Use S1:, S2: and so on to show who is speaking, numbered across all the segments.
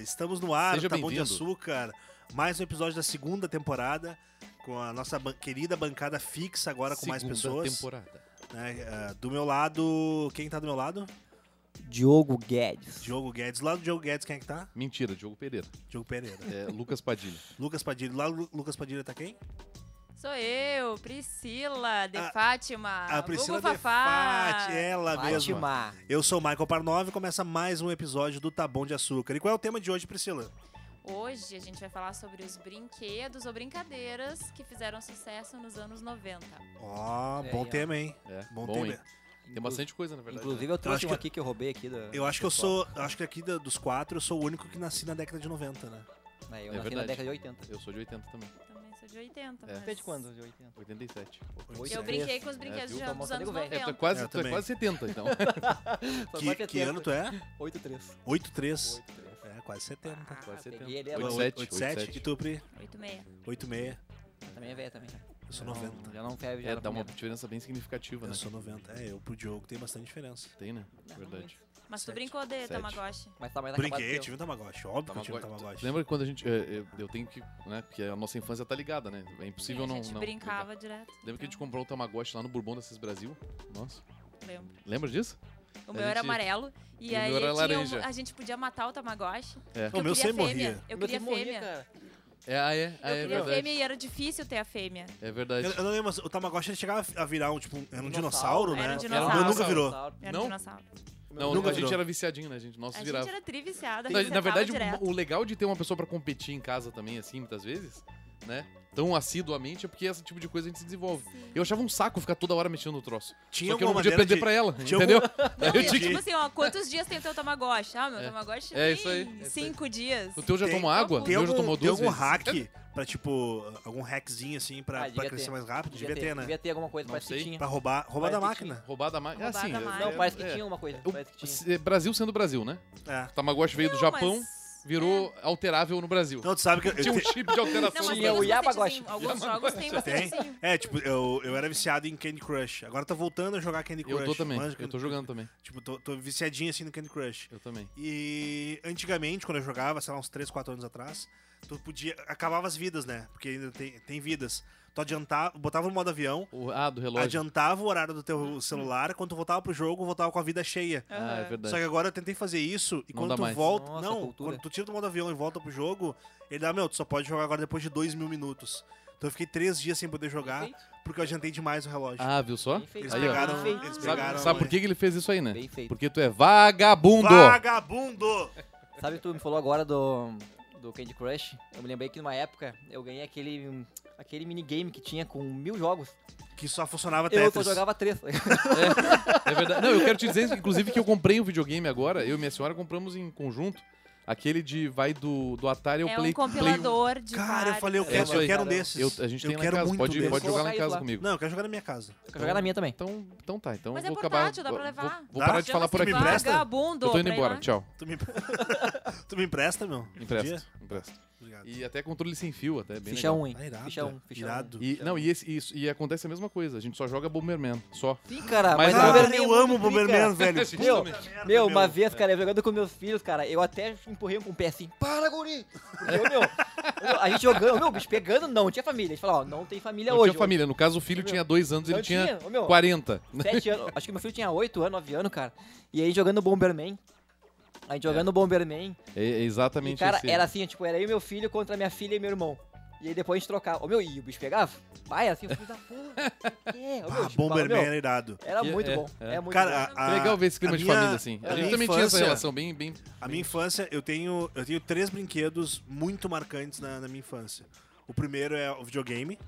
S1: Estamos no ar,
S2: Seja
S1: tá bom de
S2: bem-vindo.
S1: açúcar. Mais um episódio da segunda temporada com a nossa ban- querida bancada fixa agora com mais
S2: Segunda
S1: pessoas.
S2: temporada.
S1: né? Ah, do meu lado, quem tá do meu lado?
S3: Diogo Guedes.
S1: Diogo Guedes. Do lado do Diogo Guedes, quem é que tá?
S2: Mentira, Diogo Pereira.
S1: Diogo Pereira.
S2: É, Lucas Padilha.
S1: Lucas Padilha. Lá Lu- Lucas Padilha tá quem?
S4: Sou eu, Priscila de
S1: A-
S4: Fátima.
S1: a Priscila é.
S4: vulgo Ah, Fafá.
S1: Defat, ela mesma.
S3: Fátima.
S1: Eu sou o Michael Parnov e começa mais um episódio do Tá Bom de Açúcar. E qual é o tema de hoje, Priscila?
S4: Hoje a gente vai falar sobre os brinquedos ou brincadeiras que fizeram sucesso nos anos 90.
S1: Ó,
S3: É,
S1: bom
S3: ó.
S1: tema, hein?
S2: É,
S1: Bom,
S2: bom,
S1: tema.
S2: hein?
S1: é.
S2: Tem bastante coisa, na verdade. né?
S3: Inclusive, eu trouxe
S1: acho
S3: um
S1: que-
S3: aqui que eu roubei aqui. Da,
S1: Eu acho que eu sou. eu acho que aqui da- dos quatro, eu sou o único que nasci na década de 90, né?
S3: É, eu
S2: É
S3: nasci na
S2: verdade.
S3: década de 80.
S2: né? Eu sou de 80 também.
S4: Também sou de 80.
S2: É.
S4: mas-
S3: Desde quando? De 80.
S2: 87.
S3: Pois
S4: Eu
S3: é.
S4: brinquei com os brinquedos
S2: viu?
S4: de-
S3: Tô
S4: dos
S3: mostrando
S4: anos
S3: o velho.
S2: É, tu é
S4: 90.
S2: quase,
S1: Eu
S2: tu é
S1: também.
S2: quase 70, então.
S3: Só
S1: Que,
S3: vai né?
S1: que
S3: 70.
S1: ano tu é?
S3: 83.
S1: 83.
S3: 83.
S1: É, quase 70.
S3: Ah,
S2: quase
S3: peguei
S2: 70.
S3: ele, ela-
S2: 87.
S1: 87. E tu, Pri?
S4: 86.
S1: 86.
S3: Também é velha também. né?
S1: Eu sou
S3: Já não-
S1: 90.
S3: Já não ferve, já
S2: É,
S3: era
S2: dá uma
S3: primeira.
S2: diferença bem significativa, né?
S1: Eu sou 90. É, eu pro Diogo tem bastante diferença.
S2: Tem, né?
S4: Não,
S2: Verdade.
S4: Mas tu
S1: Sete.
S4: brincou de
S2: Sete.
S4: Tamagotchi.
S3: Mas tá mais acabado que
S1: Brinquei,
S3: eu.
S1: tive um Tamagotchi. Óbvio que eu tive um
S2: Tamagotchi.
S1: Tamagotchi.
S2: Lembra quando a gente. é, é, eu tenho que. Né, porque a nossa infância tá ligada, né? É impossível
S4: a
S2: não.
S4: gente
S2: não
S4: brincava direto.
S2: Lembra que a gente
S4: então,
S2: comprou o Tamagotchi lá no Bourbon da Cis Brasil? Nossa.
S4: lembro.
S2: Lembra disso?
S4: O
S2: A
S4: meu era
S2: gente-
S4: amarelo.
S2: e
S4: E
S2: o
S4: aí
S2: meu era
S4: tinha um-
S2: laranja.
S4: a gente podia matar o Tamagotchi.
S2: É.
S4: porque
S1: O
S4: eu
S1: meu
S4: queria
S1: sempre
S4: fêmea.
S1: morria.
S4: Eu
S3: Meu,
S4: queria
S3: tem que morrer,
S4: fêmea.
S3: cara.
S2: É, ah, é. Ah,
S4: Eu
S2: é
S4: queria fêmea
S2: verdade.
S4: e era difícil ter a fêmea.
S2: É verdade.
S1: Eu, eu não lembro, mas o Tamagotchi ele chegava a virar um, tipo, um- era um dinossauro, né?
S4: Era um
S1: O meu
S4: dinossauro.
S1: nunca virou.
S4: Era
S2: Não?
S4: um dinossauro.
S2: Não,
S1: Nunca
S2: a gente
S1: virou.
S2: era viciadinho, né, gente? Nossa,
S4: A
S2: virava.
S4: gente era triviciada,
S2: Na, na verdade,
S4: direto.
S2: o, o legal de ter uma pessoa pra competir em casa também, assim, muitas vezes, né? Tão assiduamente, é porque esse tipo de coisa a gente se desenvolve. Eu achava um saco ficar toda hora mexendo no troço.
S1: Tinha
S2: Só que eu
S1: alguma
S2: não podia
S1: maneira
S2: perder
S1: de-
S2: pra ela,
S1: Tinha
S2: entendeu?
S4: Não,
S2: Aí eu
S4: e,
S2: tinha que-
S4: tipo assim, ó, quantos dias tem teu Tamagotchi? Ah, meu
S2: É.
S4: Tamagotchi
S2: É,
S4: tem
S2: isso aí, é isso aí.
S4: cinco dias.
S2: O teu já
S1: Tem-
S2: tomou água? O
S1: Tem
S2: meu já
S1: algum,
S2: tomou
S1: tem
S2: duas
S1: algum
S2: vezes.
S1: hack pra, tipo, algum hackzinho assim pra,
S3: Ah,
S1: pra
S3: devia
S1: crescer
S3: ter.
S1: mais rápido? Devia, ter, né?
S3: Devia ter alguma coisa,
S2: Não
S3: parece
S2: sei.
S3: que tinha.
S1: Pra roubar, roubar
S3: Parece
S1: da
S3: que
S1: máquina.
S2: Roubada a máquina.
S4: Roubada
S2: assim,
S4: a máquina.
S2: é-
S3: Não, parece que
S2: é.
S3: tinha uma
S4: um,
S3: coisa.
S2: O-
S3: Parece que tinha.
S2: se- é Brasil sendo Brasil, né?
S1: É.
S2: Tamagotchi veio do
S4: Não,
S2: Japão,
S4: mas- é.
S2: virou alterável no Brasil.
S1: Não, tu sabe que Então, eu, eu
S2: Tinha um
S1: te-
S2: chip de
S4: Não,
S2: alteração.
S4: mas
S2: no
S4: tem
S3: Tinha o
S4: os
S2: Brasil.
S4: macetezinhos.
S3: Yamagotchi.
S4: Alguns jogos tem assim.
S1: Tem?
S4: macetezinho.
S1: É, tipo, eu, eu era viciado em Candy Crush. Agora tá voltando a jogar Candy Crush.
S2: Eu tô também.
S1: Manja
S2: Eu
S1: Candy-
S2: tô jogando também.
S1: Tipo, tô, tô viciadinho assim no Candy Crush.
S2: Eu também.
S1: E antigamente, quando eu jogava, sei lá, uns 3, 4 anos atrás, tu podia. Acabava as vidas, né? Porque ainda tem, tem vidas. Tu adiantava, botava no modo avião,
S2: O- Ah, do relógio.
S1: adiantava o horário do teu celular, quando tu voltava pro jogo, voltava com a vida cheia.
S2: Ah, é
S4: Aham.
S2: verdade.
S1: Só que agora eu tentei fazer isso e
S2: Não dá
S1: quando tu
S2: mais.
S1: volta.
S3: Nossa,
S1: não,
S3: cultura.
S1: quando tu tira do modo avião e volta pro jogo, ele dá, meu, tu só pode jogar agora depois de dois mil minutos. Então eu fiquei três dias sem poder jogar
S3: Bem feito.
S1: porque eu adiantei demais o relógio.
S2: Ah, viu só?
S3: Bem feito.
S1: Eles
S2: Aí, ó.
S1: pegaram.
S3: Ah.
S1: Eles
S2: Sabe,
S1: pegaram.
S2: sabe por que que ele fez isso aí, né?
S3: Bem feito.
S2: Porque tu é vagabundo!
S1: Vagabundo!
S3: Sabe, tu me falou agora do, do Candy Crush. Eu me lembrei que numa época eu ganhei aquele, aquele minigame que tinha com mil jogos.
S1: Que só funcionava
S3: Eu
S1: Tetris.
S3: só jogava três.
S2: É verdade. Não, eu quero te dizer, inclusive, que eu comprei um videogame agora, eu e minha senhora compramos em conjunto. Aquele de vai do, do Atari ao
S4: É
S2: Play
S4: um compilador de
S1: Cara, eu
S4: vários.
S1: falei, eu
S2: É
S1: quero,
S2: isso
S1: eu
S2: aí.
S1: quero um
S3: Cara,
S1: desses.
S2: Play 1. Eu- a gente
S1: Eu
S2: tem lá em
S1: quero
S2: casa,
S1: muito
S2: pode,
S1: desse.
S2: pode jogar lá em
S3: Coloca
S2: casa
S3: lá.
S2: comigo.
S1: Não, eu quero jogar na minha casa.
S3: Vou jogar na minha também.
S2: Então, então tá, então
S4: Mas é
S2: vou
S4: portátil, dá
S2: acabar.
S4: pra
S2: vou-
S4: levar.
S2: Vou, vou parar de
S1: Já
S2: falar por
S1: você
S2: aqui.
S1: me empresta?
S4: Vagabundo,
S2: Eu tô indo
S4: pra ir
S2: embora,
S4: lá.
S2: tchau.
S1: Tu me, tu me empresta, meu? Um
S2: Empresta,
S1: dia? Tá
S2: empresta.
S1: Obrigado.
S2: E até controle sem fio, até é bem
S3: Ficha
S2: legal.
S3: 1, hein?
S1: Ah, irado.
S3: Ficha 1, ficha 1.
S1: Irado.
S2: E, não, e, esse- isso- e acontece a mesma coisa, a gente só joga Bomberman, só.
S3: Sim, um. cara,
S2: Mas
S3: mas,
S2: não-
S3: o
S1: Cara,
S3: Bomberman
S1: eu
S3: é
S1: amo o
S3: muito pica.
S1: Bomberman, velho.
S2: Gente,
S3: Meu,
S2: também.
S1: Merda,
S3: Meu, uma
S1: meu.
S3: vez, cara, eu jogando com meus filhos, cara, eu até empurrei um com o pé assim, para, guri! Porque, eu, meu, eu- a gente jogando, meu, bicho, pegando, não, tinha família. A gente falou, ó, não tem família
S2: Não
S3: hoje.
S2: tinha família, no caso o filho
S3: Meu,
S2: tinha dois anos, ele
S3: não
S2: tinha
S3: tinha, ô, meu.
S2: 40.
S3: Sete anos, acho que meu filho tinha 8 anos, 9 anos, cara. E aí jogando Bomberman. A gente jogando Bomberman.
S2: É, é
S3: E,
S2: exatamente
S3: cara,
S2: esse.
S3: era assim, tipo, era eu e meu filho contra minha filha e meu irmão. E aí depois a gente trocava. Ô, meu, e o bicho pegava? Vai, assim, filho da porra. É, ô, meu,
S1: Ah,
S3: tipo,
S1: Bomberman
S3: meu,
S1: era irado.
S3: Era
S2: É,
S3: muito
S2: é,
S3: bom.
S2: é.
S3: É muito bom.
S1: Cara, a,
S2: É legal ver esse clima
S1: a
S2: de
S1: minha-
S2: família, assim.
S1: a
S2: A gente
S1: minha
S2: também tinha essa
S1: infância-
S2: relação bem, bem
S1: A minha infância, eu tenho, eu tenho três brinquedos muito marcantes na, na minha infância. O primeiro é o videogame.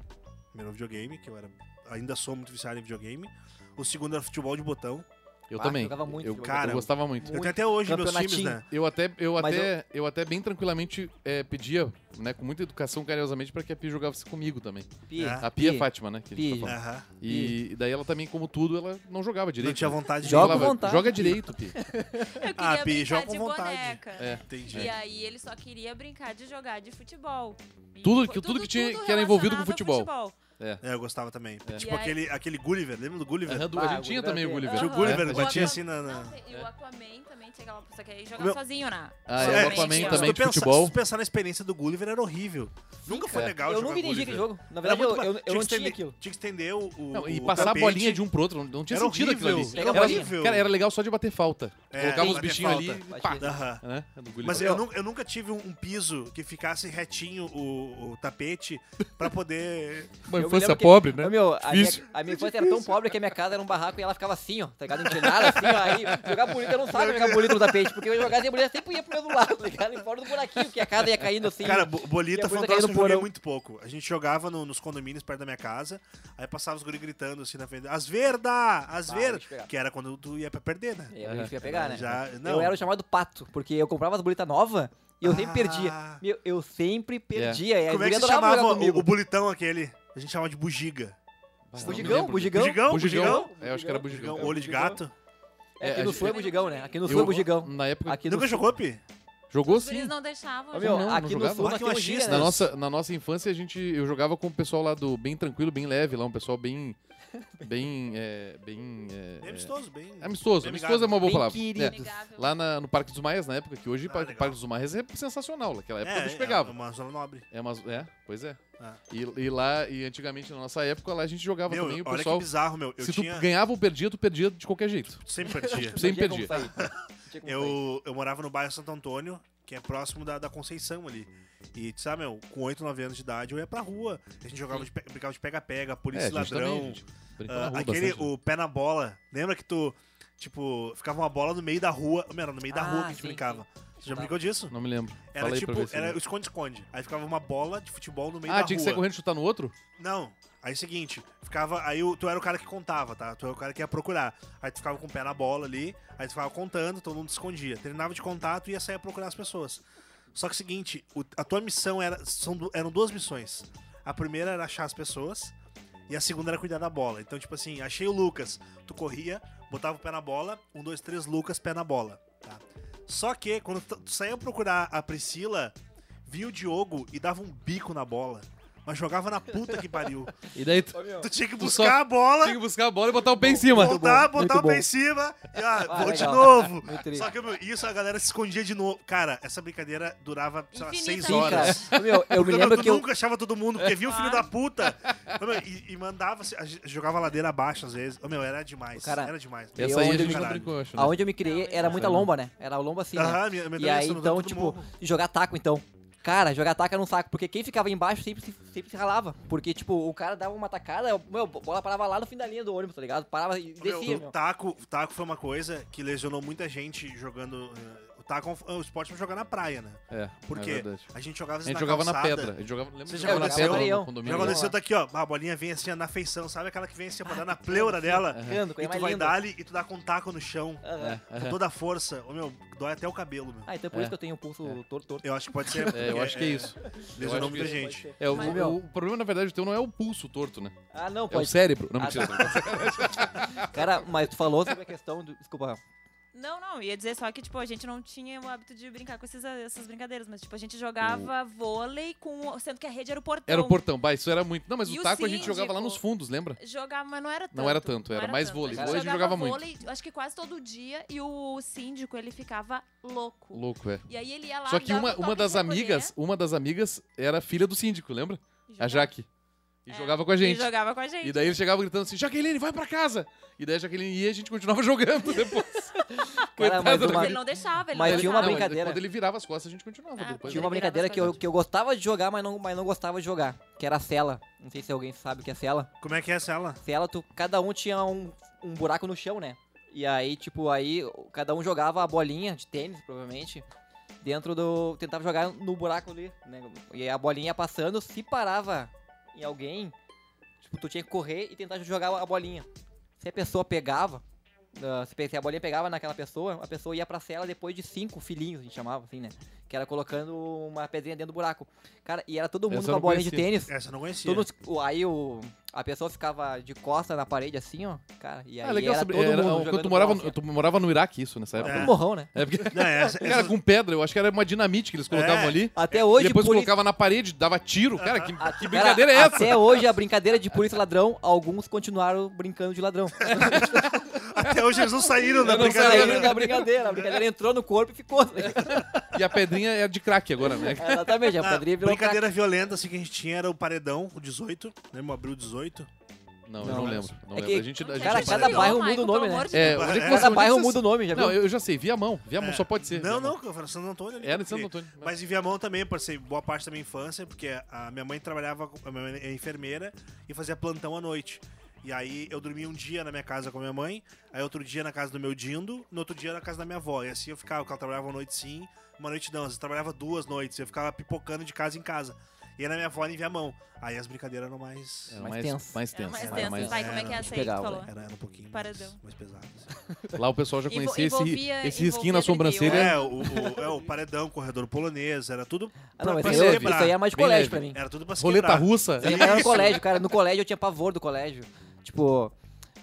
S1: Primeiro é o videogame, que eu era, ainda sou muito viciado em videogame. O segundo era futebol de botão.
S2: Eu
S3: Ah,
S2: também.
S3: jogava muito
S2: eu,
S3: jogo.
S1: Cara,
S2: eu gostava muito.
S1: Eu
S3: Muito.
S1: tenho até hoje meus times,
S3: Campeonatinho.
S1: né?
S2: Eu até, eu
S3: Mas
S2: até, eu... até bem tranquilamente é, pedia, né, com muita educação, carinhosamente, pra que a Pia jogasse comigo também.
S3: Pi,
S1: É.
S2: A Pia
S3: Pi.
S2: Fátima, né? que a gente
S3: Pi.
S2: tá falando.
S1: Aham.
S3: Ah,
S2: E, e daí ela também, como tudo, ela não jogava direito.
S1: Não tinha
S2: né?
S1: vontade de
S3: Joga
S2: Ela
S3: com
S1: jogar.
S2: falava,
S3: vontade.
S2: Joga direito, Pia.
S4: Eu
S1: Ah, Pi,
S4: queria brincar
S1: joga
S4: de
S1: com vontade.
S4: boneca.
S2: É.
S1: Entendi.
S4: E aí ele só queria brincar de jogar de futebol. E
S2: Tudo
S4: fo-
S2: que- tudo que tinha- que era envolvido com
S4: relacionado ao
S2: futebol. É.
S1: É, eu gostava também.
S2: É.
S1: Tipo
S4: E aí-
S1: aquele, aquele Gulliver, lembra do Gulliver?
S2: Aham, do-
S3: Ah,
S2: a
S3: o
S2: gente tinha também o
S3: Gulliver. Ah, é
S2: Gulliver.
S1: Tinha o
S4: Aham.
S1: Gulliver, ele
S2: a gente
S1: batia
S2: tinha.
S1: assim na... na-
S4: Não, e o Aquaman também tinha aquela. Só que aí jogava
S1: Meu-
S4: sozinho, né?
S2: É. Ah,
S1: é, o
S4: Somente,
S2: Aquaman
S4: ó.
S1: Se
S2: também.
S1: tu, pensar,
S2: futebol.
S1: se tu pensar na experiência do Gulliver, era horrível. Nunca foi
S2: É.
S1: legal
S3: Eu
S1: jogar
S3: não me entendi
S1: Gulliver.
S3: aquele jogo. Na
S1: Era
S3: verdade, eu,
S1: muito
S3: eu,
S1: ba-
S3: eu não
S1: que
S3: tinha
S1: estender-
S3: aquilo.
S1: Tinha que estender o, o-
S2: Não, e
S1: o
S2: passar a
S1: tapete.
S2: bolinha de um pro outro, não, não tinha
S1: Era
S2: sentido aquilo ali.
S1: horrível,
S3: era horrível.
S2: Cara, era legal só de bater falta.
S1: É,
S2: Colocava os
S1: bater
S2: bichinhos ali
S1: falta.
S2: e pá.
S3: Batia.
S1: Aham.
S2: Né? É do Gulliver.
S1: Mas eu, nu- eu nunca tive um, um piso que ficasse retinho o, o tapete pra poder.
S2: Uma
S3: Eu me
S2: infância
S3: lembro que-
S2: pobre, né?
S3: Ô, Meu, é a minha,
S2: Difícil.
S3: a minha infância era tão pobre que a minha casa era um barraco e ela ficava assim, ó, tá ligado? Não tinha nada assim, ó, aí jogar bonito eu não sabia jogar bonito no tapete, porque eu jogava e a mulher sempre ia pro mesmo lado, tá ligado? E fora do buraquinho, porque a casa ia caindo assim.
S1: Cara, bo- bolita
S3: E a
S1: foi um troço que
S3: bolita caindo
S1: eu
S3: no
S1: joguei
S3: porão.
S1: muito pouco. A gente jogava no- nos condomínios perto da minha casa, aí passava os guri gritando assim na frente. As verda! As
S3: Ah,
S1: verda!
S3: deixa eu pegar.
S1: Que era quando tu ia pra perder, né?
S3: É, a gente ia pegar, né?
S1: Já- não.
S3: Eu era o chamado pato, porque eu comprava as bolitas novas e eu sempre
S1: Ah.
S3: perdia. Meu, eu sempre perdia. E a
S1: Como é que
S3: guria
S1: se
S3: adorava
S1: chamava
S3: jogar
S1: o,
S3: comigo.
S1: o bulitão aquele? A gente chamava de bugiga.
S2: Ah, não me
S3: Bugigão,
S2: lembro.
S3: bugigão.
S1: Bugigão?
S2: Bugigão.
S1: Bugigão?
S2: É, eu acho que era
S1: Bugigão,
S2: bugigão.
S1: olho de gato.
S3: É, aqui
S2: É,
S3: no
S2: a
S3: sul é
S4: gente-
S3: bugigão, né? Aqui no
S4: Eu-
S3: sul é bugigão.
S2: Na época.
S3: Aqui no
S1: Nunca
S3: sul.
S1: jogou, Pi?
S2: Jogou
S4: Os guris
S2: sim.
S4: não deixavam.
S3: Ô,
S4: jogar.
S3: meu,
S2: Não, não
S3: aqui no
S2: jogava.
S3: sul
S1: Ah,
S3: nós
S1: que
S3: temos
S1: machista.
S3: gíria, né?
S2: Na nossa, na nossa infância, a gente, eu jogava com o pessoal lá do bem tranquilo, bem leve, lá um pessoal bem. bem. é, bem. é,
S1: Bem amistoso, bem.
S2: é, amistoso.
S1: Bem
S2: Amistoso é uma boa
S3: Bem
S2: palavra.
S3: querido.
S2: É.
S4: Amigável.
S2: Lá na- no Parque dos Maias, na época, que hoje
S1: Ah,
S2: o Parque,
S1: legal.
S2: Parque dos Maias é sensacional. Naquela época a gente
S1: É
S2: pegava.
S1: uma zona nobre.
S2: É, umas- é, pois é.
S1: Ah.
S2: E, e lá, e antigamente, na nossa época, lá a gente jogava
S1: Meu,
S2: também. O
S1: olha
S2: pessoal,
S1: que bizarro, meu. Eu
S2: se
S1: tinha.
S2: tu ganhava ou perdia, tu perdia de qualquer jeito.
S1: Sempre perdia.
S3: Não
S2: Sempre
S3: tinha como
S2: perdi.
S3: sair. Não tinha como sair.
S1: eu, eu morava no bairro Santo Antônio, que é próximo da, da Conceição ali. E, tu sabe, meu, com 8, 9 anos de idade, eu ia pra rua. A gente jogava de, pe- brincava de pega-pega, polícia e
S2: é, a gente também, a
S1: ladrão.
S2: gente brincava
S1: ah,
S2: na rua
S1: aquele,
S2: bastante, né?
S1: o pé na bola. Lembra que tu, tipo, ficava uma bola no meio da rua. Meu, era no meio da
S3: Ah,
S1: rua que a gente
S3: sim,
S1: brincava. Você já
S3: Tá.
S1: brincou disso?
S2: Não me lembro.
S1: Era
S2: Fala aí
S1: tipo,
S2: pra ver se eu
S1: era o
S2: lembro.
S1: esconde-esconde. Aí ficava uma bola de futebol no meio
S2: Ah,
S1: da
S2: tinha que
S1: rua.
S2: sair correndo e chutar no outro?
S1: Não. Aí é o seguinte, ficava. Aí o- tu era o cara que contava, tá? Tu era o cara que ia procurar. Aí tu ficava com o pé na bola ali, aí tu ficava contando, todo mundo escondia. Treinava de contato e ia sair a procurar as pessoas. Só que é o seguinte, o- a tua missão era. são du- eram duas missões. A primeira era achar as pessoas e a segunda era cuidar da bola. Então, tipo assim, achei o Lucas. Tu corria, botava o pé na bola, um, dois, três, Lucas, pé na bola. Tá? Só que quando tu tu saía procurar a Priscila, vinha o Diogo e dava um bico na bola. Mas jogava na puta que pariu.
S2: E daí tu
S3: Ô, meu,
S1: Tu tinha que
S2: Tu
S1: buscar
S2: só
S1: a bola,
S2: tinha que buscar a bola e botar o pé em cima.
S1: voltar,
S3: bom,
S1: botar
S3: muito
S1: o pé
S3: bom.
S1: em cima e ah,
S3: Ah,
S1: vou de
S3: legal.
S1: novo.
S3: Muito triste.
S1: Só que meu, isso a galera se escondia de novo. Cara, essa brincadeira durava, sei lá,
S4: Infinitamente.
S1: seis
S3: Sim,
S1: horas.
S3: cara. Ô, Meu, eu me
S1: Porque, meu,
S3: lembro
S1: tu
S3: que eu,
S1: nunca achava todo mundo, porque vinha o filho da
S4: Claro.
S1: puta Ô, meu, e, e mandava, se- a gente jogava a ladeira abaixo às vezes. Ô, meu, era demais.
S3: Cara,
S1: era demais.
S3: eu
S2: Essa aí a
S3: onde
S2: gente não
S1: Caralho.
S2: brincou, eu acho. né?
S3: Aonde eu me criei era muita
S2: Sério?
S3: lomba, né? Era lomba assim, né?
S1: Aham, minha- minha
S3: E aí,
S1: dança,
S3: então,
S1: todo
S3: tipo,
S1: morro.
S3: jogar taco, então. Cara, jogar taco era um saco, porque quem ficava embaixo sempre, se- sempre se ralava. Porque, tipo, o cara dava uma tacada, meu, a bola parava lá no fim da linha do ônibus, tá ligado? Parava e
S1: Ô, meu,
S3: descia,
S1: o
S3: meu.
S1: taco, o taco foi uma coisa que lesionou muita gente jogando. eh, o taco é um- é um esporte pra jogar na praia, né?
S2: É, é
S1: Porque
S2: verdade.
S1: a gente jogava
S2: A
S1: às vezes
S2: gente
S1: na
S2: jogava na
S1: calçada.
S2: pedra. A gente jogava, lembra
S1: Você
S2: que
S1: já
S2: jogava na
S1: aconteceu?
S2: pedra lá
S3: Areião.
S2: no
S1: Já
S2: condomínio?
S1: aconteceu
S3: Vamos lá.
S1: daqui, ó. A bolinha vem assim ó, na feição, sabe aquela que vem assim, ó, pra dar na pleura dela?
S3: Ficando,
S1: E
S3: coisa
S1: tu
S3: mais
S1: vai
S3: linda.
S1: dar ali e tu dá com um taco no chão.
S3: Aham.
S2: É,
S1: Com toda a força. Ô, meu, dói até o cabelo, meu.
S3: Ah, então é por
S2: É.
S3: isso que eu tenho um pulso torto, torto.
S1: Eu acho que pode ser.
S2: é, eu acho que é isso.
S1: Lesionou
S2: acho que
S1: muita
S2: isso.
S1: gente.
S2: É, o,
S3: Mas, meu-
S2: o problema, na verdade, teu não é o pulso torto, né?
S3: Ah, não,
S2: É o
S3: pode.
S2: cérebro. Não,
S3: Ah, tá.
S2: mentira.
S3: Cara, mas tu falou sobre a questão do... Desculpa.
S4: Não, não, ia dizer só que, tipo, a gente não tinha o hábito de brincar com esses, essas brincadeiras, mas, tipo, a gente jogava vôlei com. sendo que a rede era o portão.
S2: Era o portão. Bah, isso era muito. Não, mas
S4: E
S2: o
S4: o
S2: taco a gente jogava lá
S4: síndico?
S2: nos fundos, lembra?
S4: Jogava, mas não era tanto.
S2: Não era tanto, era mais vôlei.
S4: gente
S2: Vôlei a gente jogava muito.
S4: vôlei, acho que quase todo dia, e o síndico, ele ficava louco.
S2: Louco, é.
S4: E aí ele ia lá.
S2: Só que
S4: dava
S2: uma,
S4: um toque
S2: uma das
S4: de recolher
S2: amigas, uma das amigas era filha do síndico, lembra?
S4: e
S2: A
S4: jogava.
S2: Jaque. E
S4: É.
S2: jogava com a
S4: E
S2: gente.
S4: jogava com a gente.
S2: E daí ele chegava gritando assim, Jaqueline, vai pra casa! E daí a Jaqueline ia e a gente continuava jogando depois. Coitada
S3: Cara, mas
S2: da
S3: uma-
S4: Mas ele
S2: guria.
S4: não deixava, ele
S3: Mas
S4: não
S3: tinha uma
S4: deixava.
S2: ele-
S3: brincadeira.
S2: Quando ele virava as costas, a gente continuava
S4: Ah,
S2: depois.
S4: Tinha
S3: Tinha uma
S4: liberava
S3: brincadeira
S4: as
S3: que eu,
S4: coisas.
S3: que eu gostava de jogar, mas não, mas não gostava de jogar. Que era a cela. Não sei se alguém sabe o que é cela.
S1: Como é que é essa ela?
S3: cela, tu, cada um tinha um, um buraco no chão, né? E aí, tipo, aí cada um jogava a bolinha de tênis, provavelmente, dentro do. Tentava jogar no buraco ali, né? E aí a bolinha ia passando, se parava em alguém, tipo, tu tinha que correr e tentar jogar a bolinha. Se a pessoa pegava, Ah, se pe- se a bolinha pegava naquela pessoa, a pessoa ia pra cela depois de cinco filhinhos, a gente chamava assim, né? Que era colocando uma pedrinha dentro do buraco. Cara, e era todo
S2: Essa eu
S3: mundo com a
S2: não
S3: bolinha de
S2: conhecia.
S3: tênis.
S1: Essa eu não conhecia.
S3: Todos, o- aí o, a pessoa ficava de costa na parede assim, ó. Cara, e aí
S2: Ah, legal
S3: era
S2: saber.
S3: todo
S2: era-
S3: mundo
S2: quando
S3: jogando
S2: tu morava,
S3: bola,
S2: no-
S3: assim,
S2: tu morava no Iraque, isso, nessa
S3: ó.
S1: É.
S3: Um
S2: época.
S3: morrão, né?
S2: É, porque.
S1: Não, essa,
S2: Cara,
S1: essa-
S2: com pedra, eu acho que era uma dinamite que eles colocavam
S1: É.
S2: ali.
S3: Até hoje,
S2: e depois
S3: poli-
S2: colocava na parede, dava tiro. Cara, que,
S3: a-
S2: que brincadeira
S3: cara,
S2: é essa?
S3: Até hoje a brincadeira de polícia e ladrão, alguns continuaram brincando de ladrão.
S1: até hoje eles não saíram da
S2: Eu não saí, né?
S1: brincadeira.
S3: Saiu da brincadeira, é a brincadeira entrou no corpo e ficou.
S2: E a pedrinha é de craque agora, né?
S3: É, Exatamente, a
S1: Ah,
S3: padrinha virou
S1: brincadeira violenta assim que a gente tinha era o paredão, o 18, lembra? Abriu o 18.
S2: Não, eu
S3: Não.
S2: não lembro. Não
S3: É
S2: lembro.
S3: que-
S2: A gente, a gente
S3: Cara,
S2: não
S3: cada
S2: parece.
S3: bairro muda o nome, né?
S2: É,
S1: Cada
S2: onde é que
S3: cada
S2: você- onde é que
S3: bairro
S2: você-
S3: muda o nome, já viu?
S2: Não, eu já sei, via mão. Via mão,
S1: É.
S2: só pode ser.
S1: Não,
S2: Viamão.
S1: não, que eu falei Santo Antônio. ali,
S2: Era de
S1: que eu
S2: Santo
S1: criei.
S2: Antônio.
S1: Mas em Viamão também, eu passei boa parte da minha infância, porque a minha mãe trabalhava, com- a minha mãe é enfermeira e fazia plantão à noite. E aí eu dormia um dia na minha casa com a minha mãe, aí outro dia na casa do meu dindo, no outro dia na casa da minha avó. E assim eu ficava, porque ela trabalhava uma noite sim, uma noite não, às vezes trabalhava duas noites, eu ficava pipocando de casa em casa. E aí na minha avó era em Viamão. Aí as brincadeiras eram mais...
S2: Era
S3: Mais
S2: mais,
S3: tenso.
S2: mais
S4: É
S2: tenso.
S4: mais
S2: era
S4: tenso.
S2: mais-
S4: Vai, como é que é essa aí que tu
S3: Pegava,
S4: falou?
S1: Era, era um pouquinho mais,
S4: Paredão.
S1: mais pesado. assim.
S2: Lá o pessoal já
S4: Envol-
S2: conhecia esse, ri-
S4: envolvia-
S2: esse risquinho na
S4: envolvia
S2: sobrancelha.
S3: né?
S4: brilho,
S1: É, o, o- é, o paredão, o corredor polonês, era tudo
S3: Ah, não,
S1: pra,
S3: mas
S1: pra
S3: isso,
S1: se
S3: aí-
S2: leve.
S1: quebrar.
S3: isso aí é mais de
S2: Bem
S3: colégio
S2: leve.
S3: pra mim.
S1: Era tudo pra se
S2: Roleta
S1: quebrar.
S2: russa.
S1: É
S3: Isso aí era no colégio, cara. No colégio eu tinha pavor do colégio. Tipo,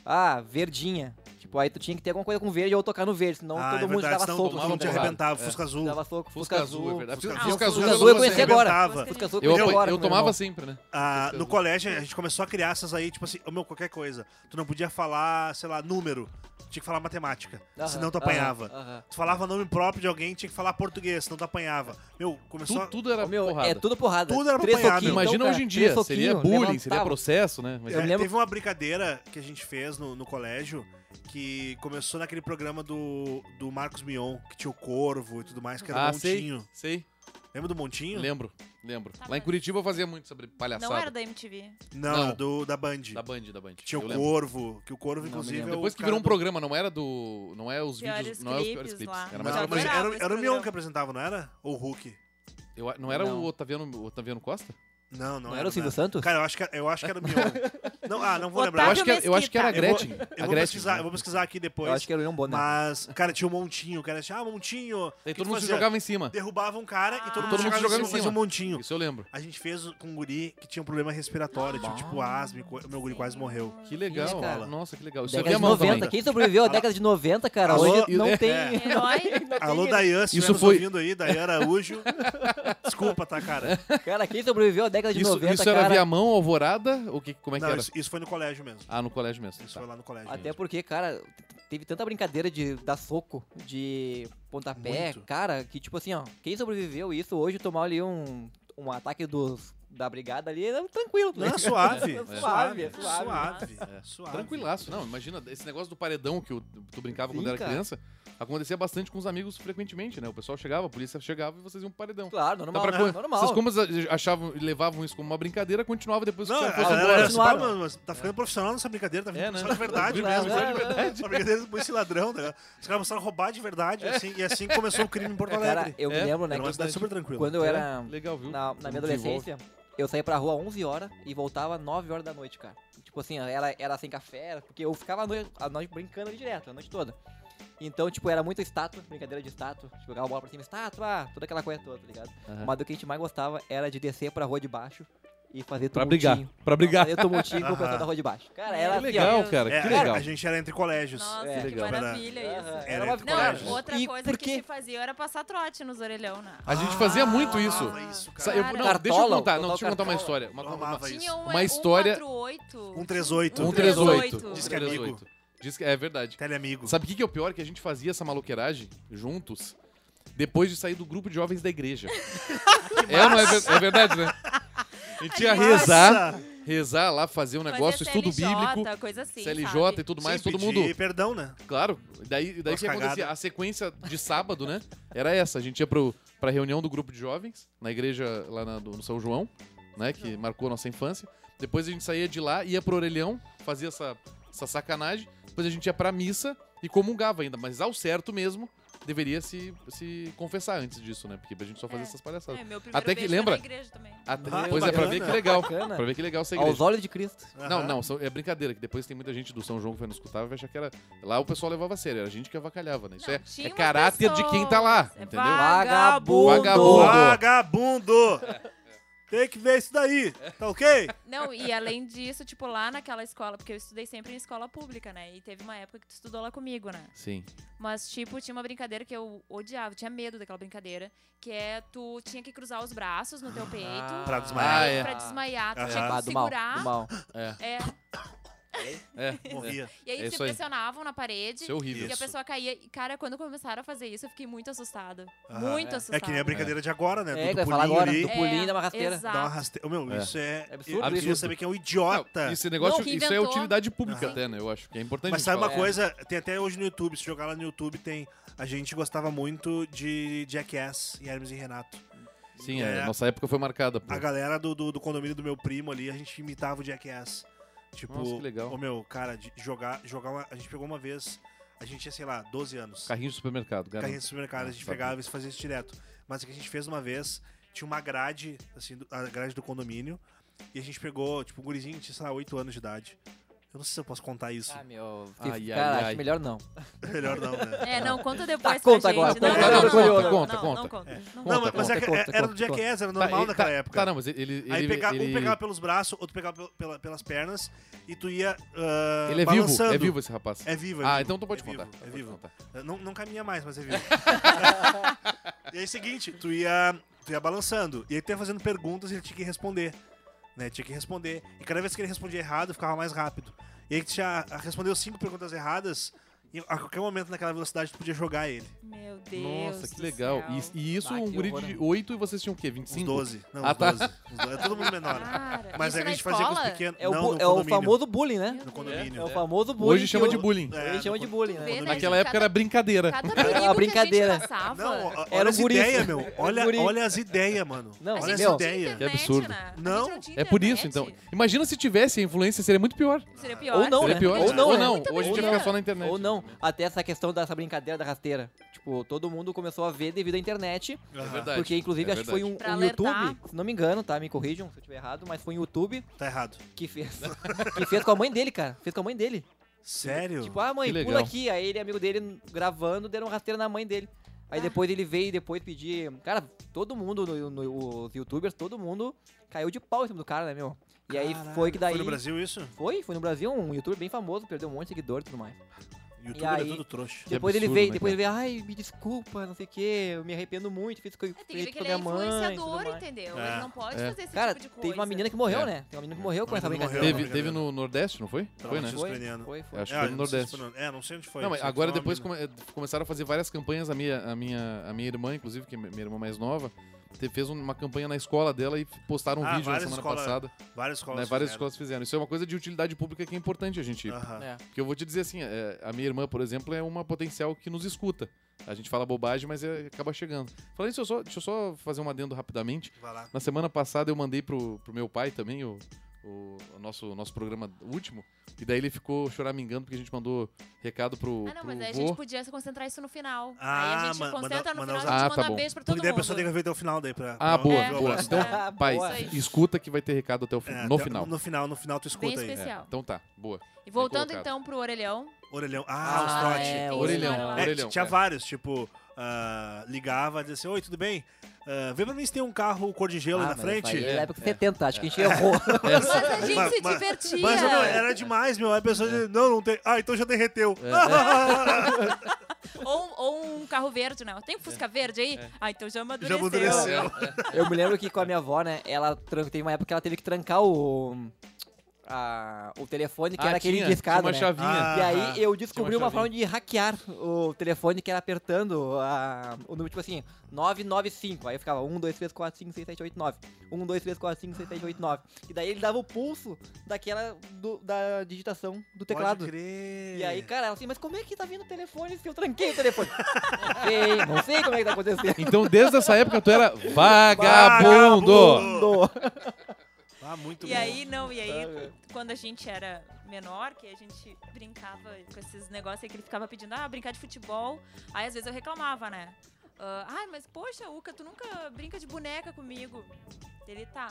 S3: ah, verdinha. Tipo, aí tu tinha que ter alguma coisa com verde ou tocar no verde, senão
S1: Ah,
S3: todo
S1: é
S3: mundo
S1: verdade,
S3: dava
S1: senão
S3: soco.
S1: todo
S2: tomava
S1: mundo te
S3: assim,
S2: porrada.
S3: cara.
S1: arrebentava,
S2: É.
S1: Fusca Azul.
S3: Dava soco,
S2: Fusca azul, é verdade.
S1: Fusca
S2: Fusca,
S1: azul.
S2: azul,
S3: Fusca
S2: eu
S3: azul eu
S2: não
S3: conheci
S2: sei.
S3: agora.
S1: arrebentava.
S3: Fusca azul
S2: Eu,
S3: conheci
S2: apan-
S3: agora.
S2: eu
S3: com meu
S2: tomava
S3: irmão.
S2: sempre, né?
S1: Ah,
S2: Fusca
S1: no
S2: azul.
S1: colégio a gente começou a criar essas aí, tipo assim, ô, meu, qualquer coisa. Tu não podia falar, sei lá, número. Tinha que falar matemática,
S3: Aham,
S1: senão tu
S3: aham,
S1: apanhava.
S3: aham.
S1: Tu falava nome próprio de alguém, tinha que falar português, senão tu apanhava. Meu, começou...
S2: Tudo, tudo era
S3: Ô, meu,
S2: porrada.
S3: é tudo porrada.
S1: Tudo era pra
S3: Três
S1: apanhar,
S3: soquinhos,
S1: meu.
S2: Imagina
S3: então, cara,
S2: hoje em
S3: três
S2: dia, seria
S3: soquinhos,
S2: bullying, seria
S3: levantava.
S2: processo, né? Mas
S1: É,
S3: Eu me lembro-
S1: Teve uma brincadeira que a gente fez no, no colégio que começou naquele programa do, do Marcos Mion, que tinha o Corvo e tudo mais, que era o
S2: ah,
S1: Montinho.
S2: sei, sei.
S1: Lembra do Montinho?
S2: Lembro, lembro.
S4: Tá,
S2: Lá em
S4: mas-
S2: Curitiba eu fazia muito sobre palhaçada.
S4: Não era da MTV.
S1: Não,
S2: Não.
S1: Do, da Band.
S2: Da Band, da Band.
S1: Que tinha
S2: eu
S1: o
S2: lembro.
S1: Corvo, que o Corvo,
S3: Não,
S1: inclusive,
S3: me
S1: é
S3: lembro.
S1: o
S2: Depois que
S1: cara
S2: virou um
S1: do-
S2: programa, não era do. Não é os
S4: Piores
S2: vídeos. Não é os piores
S4: clipes
S2: clipes.
S4: lá.
S2: Era
S1: Não,
S2: mais
S4: eu
S2: uma
S1: mas
S2: coisa.
S4: adorava
S1: era,
S4: esse
S1: era o Mion
S4: programa.
S1: que apresentava, não era? Ou o Hulk?
S2: Eu, não era
S3: Não.
S2: o Otaviano, o Otaviano Costa?
S1: Não, não,
S3: Não era o Silvio
S1: nada.
S3: Santos?
S1: Cara, eu acho que, eu acho que era o Mion. não, ah, não vou
S4: Otávio
S1: lembrar.
S2: eu,
S1: Eu
S2: acho que era, eu acho que era a
S1: Mesquita.
S2: é
S1: acho-
S2: Gretchen.
S1: eu vou
S2: a Gretchen. né?
S1: pesquisar, eu vou pesquisar aqui depois.
S3: Eu acho que era o Leon Bonner.
S1: Mas, cara, tinha um montinho. O cara tinha, ah, montinho.
S2: Daí
S1: O que
S2: todo
S1: tu
S2: mundo se
S1: fazia?
S2: jogava em cima.
S1: Derrubava um cara e todo
S4: Ah.
S1: mundo jogava, em cima, fazia um
S2: cima.
S1: montinho.
S2: Isso eu lembro.
S1: A gente fez com um guri que tinha um problema respiratório, tinha, tipo asma, e co- o meu guri quase morreu.
S2: Que legal.
S3: Sim, cara.
S2: Nossa, que legal. Isso eu
S3: Década
S2: via
S3: de
S2: mão
S3: 90.
S2: também.
S3: Quem sobreviveu à década de 90, cara,
S1: Alô?
S3: hoje não
S2: É.
S3: tem.
S4: Herói.
S1: Alô, Dayan, se estiver
S2: Isso
S1: nos
S2: foi-
S1: ouvindo aí, Dayan Araújo. Desculpa, tá, cara?
S3: Cara, quem sobreviveu à década de
S2: Isso,
S3: 90,
S2: isso era
S3: cara.
S2: via mão, alvorada? Ou que, como é que
S1: Não,
S2: era?
S1: isso, isso foi no colégio mesmo.
S2: Ah, no colégio mesmo.
S1: Isso é
S2: Tá.
S1: foi lá no colégio.
S3: Até porque, cara, te- teve tanta brincadeira de dar soco, de pontapé,
S1: Muito.
S3: cara, que tipo assim, ó, quem sobreviveu isso hoje tomar ali um, um ataque dos, da brigada ali, é tranquilo. né?
S1: Não, é suave.
S3: É
S1: Suave,
S3: suave, é suave.
S1: suave.
S2: É.
S1: suave.
S2: Tranquilaço, não. Imagina, esse negócio do paredão que o- tu brincava
S3: Sim,
S2: quando era
S3: cara.
S2: criança, acontecia bastante com os amigos frequentemente, né? O pessoal chegava, a polícia chegava e vocês iam pro paredão.
S3: Claro, normal,
S2: pra
S3: né?
S2: co-
S3: normal.
S2: Vocês como eles achavam e levavam isso como uma brincadeira, continuava depois que
S1: Não,
S2: você
S1: a
S2: fosse
S1: galera
S2: embora.
S1: era assim, "Pá,
S3: Claro.
S1: mano, mas tá ficando profissional nessa brincadeira, tá ficando
S2: É, né?
S1: profissional de verdade
S3: Claro,
S1: mesmo.
S3: claro,
S1: de
S3: claro.
S1: verdade. Uma brincadeira depois esse ladrão, né? Os caras começaram a roubar de verdade, assim, e assim começou o crime em Porto
S3: Cara,
S1: Alegre.
S3: eu me
S2: É,
S3: lembro, né,
S1: Era uma
S3: que
S1: cidade super tranquila.
S3: quando eu
S2: É,
S3: era
S2: Legal, viu?
S3: na, na minha adolescência, eu saía pra rua 11 horas e voltava 9 horas da noite, cara. Tipo assim, era, era sem café, era- porque eu ficava a noite, a noite brincando ali direto, a noite toda. Então, tipo, era muito estátua, brincadeira de estátua. tipo, Jogava bola pra cima, estátua, toda aquela coisa toda, tá ligado?
S2: Aham.
S3: Mas o que a gente mais gostava era de descer pra rua de baixo e fazer
S2: Pra
S3: tumultinho.
S2: brigar. Pra brigar.
S3: Fazer tumultinho com o pessoal
S1: Aham.
S3: da rua de baixo. Cara,
S4: Que
S3: era
S2: Que
S3: assim, ó.
S2: legal, cara.
S1: É,
S2: Que
S1: a-
S2: legal.
S1: A gente era entre colégios.
S4: Nossa,
S3: É,
S4: que
S2: legal.
S4: maravilha
S3: Aham,
S4: isso.
S1: Era
S3: Era uma
S1: de
S4: Não,
S1: colégio.
S3: vitória.
S4: outra
S3: E
S4: coisa
S3: por
S4: que a
S3: quê?
S4: gente fazia era passar trote nos orelhão, né?
S2: A gente fazia muito
S1: Ah,
S2: isso.
S1: amava isso, cara.
S2: Sa- eu-
S4: Cara.
S2: não, deixa eu
S3: Cartola,
S2: contar, não,
S3: total
S2: deixa eu contar uma
S3: cartola.
S2: história. Uma,
S1: Eu
S2: uma,
S1: amava isso.
S4: Tinha um,
S2: Uma história-
S4: 148.
S1: 138.
S2: 138.
S4: Um
S1: Diz que é amigo.
S2: Diz que é verdade.
S1: Teleamigo.
S2: Sabe o que, que é o pior? Que a gente fazia essa maloqueiragem juntos depois de sair do grupo de jovens da igreja. é, ou não é, ver- é verdade, né? A gente ia
S4: Ai, que
S2: rezar,
S1: Nossa!
S2: rezar lá, fazer um negócio,
S4: Fazia
S2: estudo
S4: CLJ,
S2: bíblico,
S4: coisa assim,
S2: CLJ
S4: sabe?
S2: e tudo mais,
S1: Sim,
S2: todo
S1: pedir
S2: mundo.
S1: perdão, né?
S2: Claro, daí, daí
S1: Umas
S2: que acontecia?
S1: cagadas.
S2: A sequência de sábado, né? Era essa. A gente ia pro, pra reunião do grupo de jovens, na igreja lá na- do- no São João, né? Que marcou a nossa infância. Depois a gente saía de lá, ia pro orelhão, fazia essa, essa sacanagem. Depois a gente ia pra missa e comungava ainda, mas ao certo mesmo, deveria se, se confessar antes disso, né? Porque a gente só fazia
S4: É.
S2: essas palhaçadas.
S4: É, meu primeiro
S2: Até que
S4: beijo foi
S2: lembra-
S4: na igreja também.
S2: Até-
S1: Ah,
S2: pois é, pra ver
S1: bacana.
S2: que legal.
S3: Bacana.
S2: Pra ver que legal essa
S3: Aos
S2: igreja.
S3: olhos de Cristo.
S2: Não,
S1: Aham.
S2: não, são- é brincadeira, que depois tem muita gente do São João que vai nos escutar e vai achar que era. Lá o pessoal levava a sério, era a gente que avacalhava, né? Isso
S4: Não,
S2: é,
S4: tinha
S2: é
S4: umas
S2: caráter de quem tá lá,
S4: É
S2: entendeu?
S4: Vagabundo.
S2: Vagabundo.
S1: Vagabundo! Tem que ver isso daí, tá ok?
S4: Não, e além disso, tipo, lá naquela escola, porque eu estudei sempre em escola pública, né? E teve uma época que tu estudou lá comigo, né?
S2: Sim.
S4: Mas, tipo, tinha uma brincadeira que eu odiava, eu tinha medo daquela brincadeira, que é tu tinha que cruzar os braços no teu peito.
S1: Pra
S2: Ah,
S1: desmaiar.
S2: é.
S4: Pra desmaiar, tu
S1: Aham.
S4: tinha
S3: Ah,
S4: que
S3: do mal,
S4: segurar.
S3: do mal.
S2: É.
S4: É,
S2: É. é.
S1: Morria.
S4: e aí
S2: É
S4: eles se
S2: isso aí.
S4: pressionavam na parede.
S2: Isso é horrível.
S4: E a
S1: Isso.
S4: pessoa caía. E, cara, quando começaram a fazer isso, eu fiquei muito assustada.
S1: Aham.
S4: Muito
S3: É.
S4: assustada.
S1: É que nem a brincadeira de agora, né?
S3: É,
S1: do,
S3: que vai
S1: do
S3: falar
S1: pulinho
S3: agora,
S1: ali.
S3: do pulinho da uma rasteira.
S1: Dá
S4: Exato.
S1: uma rasteira. Ô, Meu,
S2: É.
S1: isso é.
S3: É absurdo.
S1: eu queria
S2: Absurdo.
S1: saber quem é um
S2: Não,
S1: idiota.
S2: esse negócio,
S4: Não, que
S2: isso é
S4: inventou.
S2: utilidade pública
S1: Aham.
S2: até, né? Eu acho que é importante.
S1: Mas
S2: a
S1: sabe
S2: gente
S1: uma
S2: falar.
S3: falar.
S1: coisa? Tem até hoje no YouTube, se jogar lá no YouTube, tem. A gente gostava muito de Jackass e Hermes e Renato.
S2: Sim, é,
S1: É.
S2: nossa época foi marcada. Pô.
S1: A galera do, do, do condomínio do meu primo ali, a gente imitava o Jackass. Tipo,
S2: Nossa, que legal.
S1: ô meu, cara, de jogar, jogar uma. A gente pegou uma vez, a gente tinha, sei lá, 12 anos.
S2: Carrinho de supermercado, cara.
S1: Carrinho de supermercado, a gente
S2: Sabe.
S1: pegava e fazia isso direto. Mas o que a gente fez uma vez, tinha uma grade, assim, do- a grade do condomínio, e a gente pegou, tipo, um gurizinho tinha, sei lá, 8 anos de idade. Eu não sei se eu posso contar isso.
S3: Ah, meu.
S2: Ai,
S3: Fiquei,
S2: ai,
S3: cara, acho
S2: ai.
S3: melhor não.
S1: Melhor não, né?
S4: É, não, conta depois
S3: Tá,
S4: pra
S3: conta
S4: gente.
S3: agora,
S4: Não,
S2: conta,
S4: não,
S2: conta,
S4: não,
S2: conta, conta,
S4: não,
S2: conta.
S4: não, Não conta. Não
S1: Não, mas,
S4: conta.
S1: mas é
S3: conta,
S1: que
S3: conta,
S1: era do
S3: conta, conta.
S1: Jackass, era
S2: Tá,
S1: normal
S2: ele-
S1: naquela
S2: tá-
S1: época.
S2: Tá, não, mas ele. ele
S1: Aí
S2: ele,
S1: pega- um
S2: ele-
S1: pegava pelos braços, outro pegava pel- pela- pelas pernas, e tu ia ah,
S2: ele é vivo,
S1: balançando.
S2: é vivo esse rapaz.
S1: É vivo, é
S2: ah,
S1: vivo,
S2: então tu pode
S1: é
S2: contar.
S1: vivo,
S2: pode
S1: é vivo.
S2: contar.
S1: Não, não caminha mais, mas é vivo. e aí, seguinte, tu ia, tu ia balançando. E aí, tu ia fazendo perguntas e ele tinha que responder. Né? Tinha que responder. E cada vez que ele respondia errado, ficava mais rápido. E aí, tu tinha, ah, respondeu cinco perguntas erradas. E a qualquer momento naquela velocidade, tu podia jogar ele.
S4: Meu Deus.
S2: Nossa, que
S4: do
S2: legal.
S4: céu.
S2: E, e isso,
S3: Ah,
S2: um
S3: que
S2: guri
S3: horror,
S2: de
S3: né?
S2: 8 e vocês tinham o quê? 25?
S1: Os 12. Não,
S2: Ah,
S1: os
S2: tá.
S1: 12. Os 12. É todo mundo menor.
S4: Cara,
S1: Mas
S4: Ah, isso
S1: é que a
S4: na
S1: gente fazia com os
S4: escola?
S1: pequenos.
S3: É o,
S1: não, no
S3: bu- é o
S1: condomínio.
S3: famoso bullying, né?
S4: Meu
S1: No
S4: Deus.
S1: condomínio.
S3: É o famoso bullying.
S2: Hoje chama
S3: que
S2: de
S3: o-
S2: bullying.
S1: É,
S3: Eles chamam de bullying,
S4: Vê,
S3: né?
S4: né,
S2: Naquela
S4: que
S2: época era brincadeira.
S4: Cada perigo
S3: uma brincadeira.
S4: que a gente passava.
S1: Não, ó- olha
S3: Era um
S1: as
S3: guri.
S1: ideias, meu. Olha,
S3: guri.
S1: olha as ideias, mano.
S3: Não, é
S4: a
S1: olha
S4: gente
S1: as
S3: meu,
S4: não tinha
S1: ideias.
S2: Que
S4: internet,
S2: absurdo.
S4: né? A gente
S1: Não.
S4: tinha
S2: É por isso, então.
S4: internet.
S2: Imagina se tivesse a influência, seria muito pior.
S4: Seria pior.
S3: Ou não,
S2: seria
S3: né?
S2: pior.
S3: Ou não,
S2: Ou
S3: né?
S2: não.
S4: Muita
S2: Hoje a gente
S4: brincadeira.
S2: fica só na internet.
S3: Ou não. Até essa questão dessa brincadeira da rasteira. Tipo, todo mundo começou a ver devido à internet.
S2: É verdade.
S3: Porque, inclusive,
S2: É
S3: acho que foi um,
S4: Pra
S3: um
S4: alertar.
S3: YouTube, se não me engano, tá? Me corrijam se eu estiver errado, mas foi um YouTube
S1: Tá errado.
S3: que fez. que fez com a mãe dele, cara. Fez com a mãe dele.
S1: Sério?
S3: Tipo, ah, mãe,
S2: Que
S3: pula
S2: legal.
S3: aqui. Aí ele, amigo dele, gravando, deram um rasteiro na mãe dele. Aí
S4: Ah.
S3: depois ele veio e depois pedir. Cara, todo mundo, no, no- os youtubers, todo mundo caiu de pau em cima do cara, né, meu? E aí foi que daí.
S1: Foi no Brasil isso?
S3: Foi, foi no Brasil, um youtuber bem famoso, perdeu um monte de seguidor e tudo mais.
S1: YouTube é
S3: aí-
S1: tudo trouxa.
S2: Que
S3: depois ele
S2: absurdo,
S3: veio,
S2: né,
S3: depois ele veio, ai, me desculpa, não sei o que, eu me arrependo muito, fiz coisa
S4: É, tem que ver
S3: feito
S4: que
S3: com
S4: ele é
S3: minha mãe. e tudo
S4: influenciador,
S3: mais."
S4: entendeu?
S1: É.
S4: Ele não pode
S2: É.
S4: fazer esse
S3: Cara,
S4: tipo de coisa.
S3: teve uma menina que morreu,
S2: É.
S3: né? Tem uma menina que morreu com
S1: Uma
S3: essa
S1: menina
S3: brincadeira.
S1: morreu,
S2: Teve,
S1: né,
S2: teve
S1: galera?
S2: no Nordeste, não foi? Foi, né?
S1: Travesti ucraniano.
S3: Foi, foi.
S2: Acho que
S1: É,
S2: foi no
S1: não sei se
S2: Nordeste.
S1: foi no- É, não sei onde é, foi.
S2: Não,
S1: sei
S2: mas
S1: se foi
S2: agora
S1: uma
S2: depois
S1: mina.
S2: come- eh, começaram a fazer várias campanhas. A minha, a minha, a minha irmã, inclusive, que é minha irmã mais nova, te- fez um, uma campanha na escola dela e postaram um
S1: Ah,
S2: vídeo na
S1: várias
S2: semana
S1: escolas
S2: passada.
S1: Várias escolas.
S2: né, várias
S1: fizeram. Ah.
S2: escolas fizeram. Isso é uma coisa de utilidade pública que é importante a gente.
S1: Aham.
S3: É.
S2: Porque eu vou te dizer assim: eh, a minha irmã, por exemplo, é uma potencial que nos escuta. A gente fala bobagem, mas eh, acaba chegando. Falando isso, eu só, deixa eu só fazer um adendo rapidamente.
S1: Vai lá.
S2: Na semana passada eu mandei pro, pro meu pai também o, o, o nosso, nosso programa último. E daí ele ficou choramingando porque a gente mandou recado pro.
S4: Ah, não,
S2: pro
S4: mas aí a
S2: vô.
S4: gente podia se concentrar isso no final.
S1: Ah,
S4: aí a gente
S1: ma- manda-
S4: concentra no final,
S1: manda
S4: a
S1: os-
S4: gente
S2: Ah,
S4: manda
S2: tá bom.
S4: beijo pra todo
S1: Porque daí a
S4: mundo.
S1: pessoa tem que ver até o final daí pra.
S2: Ah,
S1: pra-
S2: boa,
S1: pra-
S2: boa.
S1: pra-
S2: Então,
S4: É.
S2: pai,
S3: Boa.
S2: escuta que vai ter recado até o fi-
S1: É,
S2: no
S1: até-
S2: final.
S1: No final, no final tu
S4: Bem
S1: escuta aí.
S4: especial.
S2: Então tá, boa.
S4: E voltando
S2: colocado.
S4: então pro orelhão.
S1: Orelhão. Ah, os
S3: Ah,
S1: trote.
S3: é,
S1: É,
S3: o
S2: orelhão,
S4: senhor lá.
S2: orelhão.
S1: tinha
S2: é.
S1: vários, tipo, ah, ligava, dizia assim, oi, tudo bem? Ah, vê pra mim se tem um carro cor de gelo
S3: Ah,
S1: aí na
S3: mas isso
S1: frente.
S3: aí É da época
S2: É.
S3: 70, acho que a gente errou.
S4: Mas a gente
S1: Mas-
S4: se
S1: mas-
S4: divertia.
S1: Mas meu,
S3: é.
S1: era demais, meu. Aí a pessoa dizia, não, não tem. Ah, então já derreteu.
S3: É,
S4: Ou, ou um carro verde, não. Tem um Fusca verde aí?
S3: É.
S4: Ah, então já amadureceu.
S1: É. Já amadureceu.
S3: Eu me lembro que com a minha avó, né, ela tran- teve uma época que ela teve que trancar o. a- o telefone, que
S2: Ah,
S3: era aquele
S2: tinha,
S3: discado.
S2: tinha uma
S3: né?
S2: chavinha.
S1: Ah.
S3: E aí eu descobri
S2: Tinha uma
S3: uma forma de hackear o telefone que era apertando a, o número, tipo assim, 995. Aí eu ficava 1, 2, 3, 4, 5, 6, 7, 8, 9. 1, 2, 3, 4, 5, 6, 7, 8, 9. E daí ele dava o pulso daquela do- da digitação do teclado.
S1: Pode crer.
S3: E aí, cara, ela assim, mas como é que tá vindo o telefone se eu tranquei o telefone? não sei, não sei como é que tá acontecendo.
S2: Então, desde essa época, tu era vagabundo.
S1: Vagabundo. Ah, muito
S4: e
S1: bom.
S4: aí, não, e aí,
S3: Ah, é.
S4: quando a gente era menor, que a gente brincava com esses negócios aí que ele ficava pedindo, ah, brincar de futebol. Aí às vezes eu reclamava, né? Ah, Ai, mas poxa, Uca, tu nunca brinca de boneca comigo. Ele tá.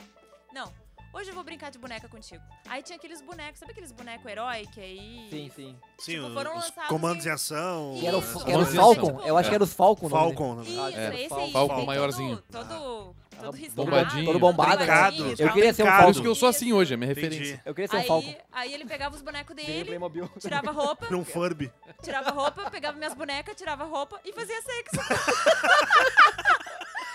S4: Não, hoje eu vou brincar de boneca contigo. Aí tinha aqueles bonecos, sabe aqueles bonecos herói que aí.
S3: Sim, sim.
S1: Sim,
S4: tipo,
S1: os-
S4: foram
S1: os
S4: lançados
S1: comandos
S4: em-
S1: em ação.
S4: Que
S3: Que era o,
S1: né?
S3: Fa-
S4: Isso.
S3: era o
S2: Comandos em
S3: Falcon?
S4: ação.
S3: Eu acho que era os Falcon. o nome dele.
S1: Falcon, na
S4: Isso,
S1: verdade.
S3: É,
S4: esse
S3: Falcon
S4: aí.
S2: Falcon
S4: todo-
S2: maiorzinho.
S1: Ah,
S4: Todo, todo riscado,
S2: Bombadinho.
S3: Todo bombado, né?
S1: tá Brincado.
S3: Eu queria ser
S1: Brincado.
S3: um
S2: Por
S3: Falcon.
S2: isso que eu sou assim hoje, é minha
S1: Entendi.
S2: referência.
S3: Eu queria ser um Falcon.
S4: Aí, aí ele pegava os bonecos
S3: Virei
S4: dele,
S3: Playmobil.
S4: tirava a roupa,
S1: Era um Furby.
S4: tirava a roupa, pegava minhas bonecas, tirava a roupa e fazia sexo.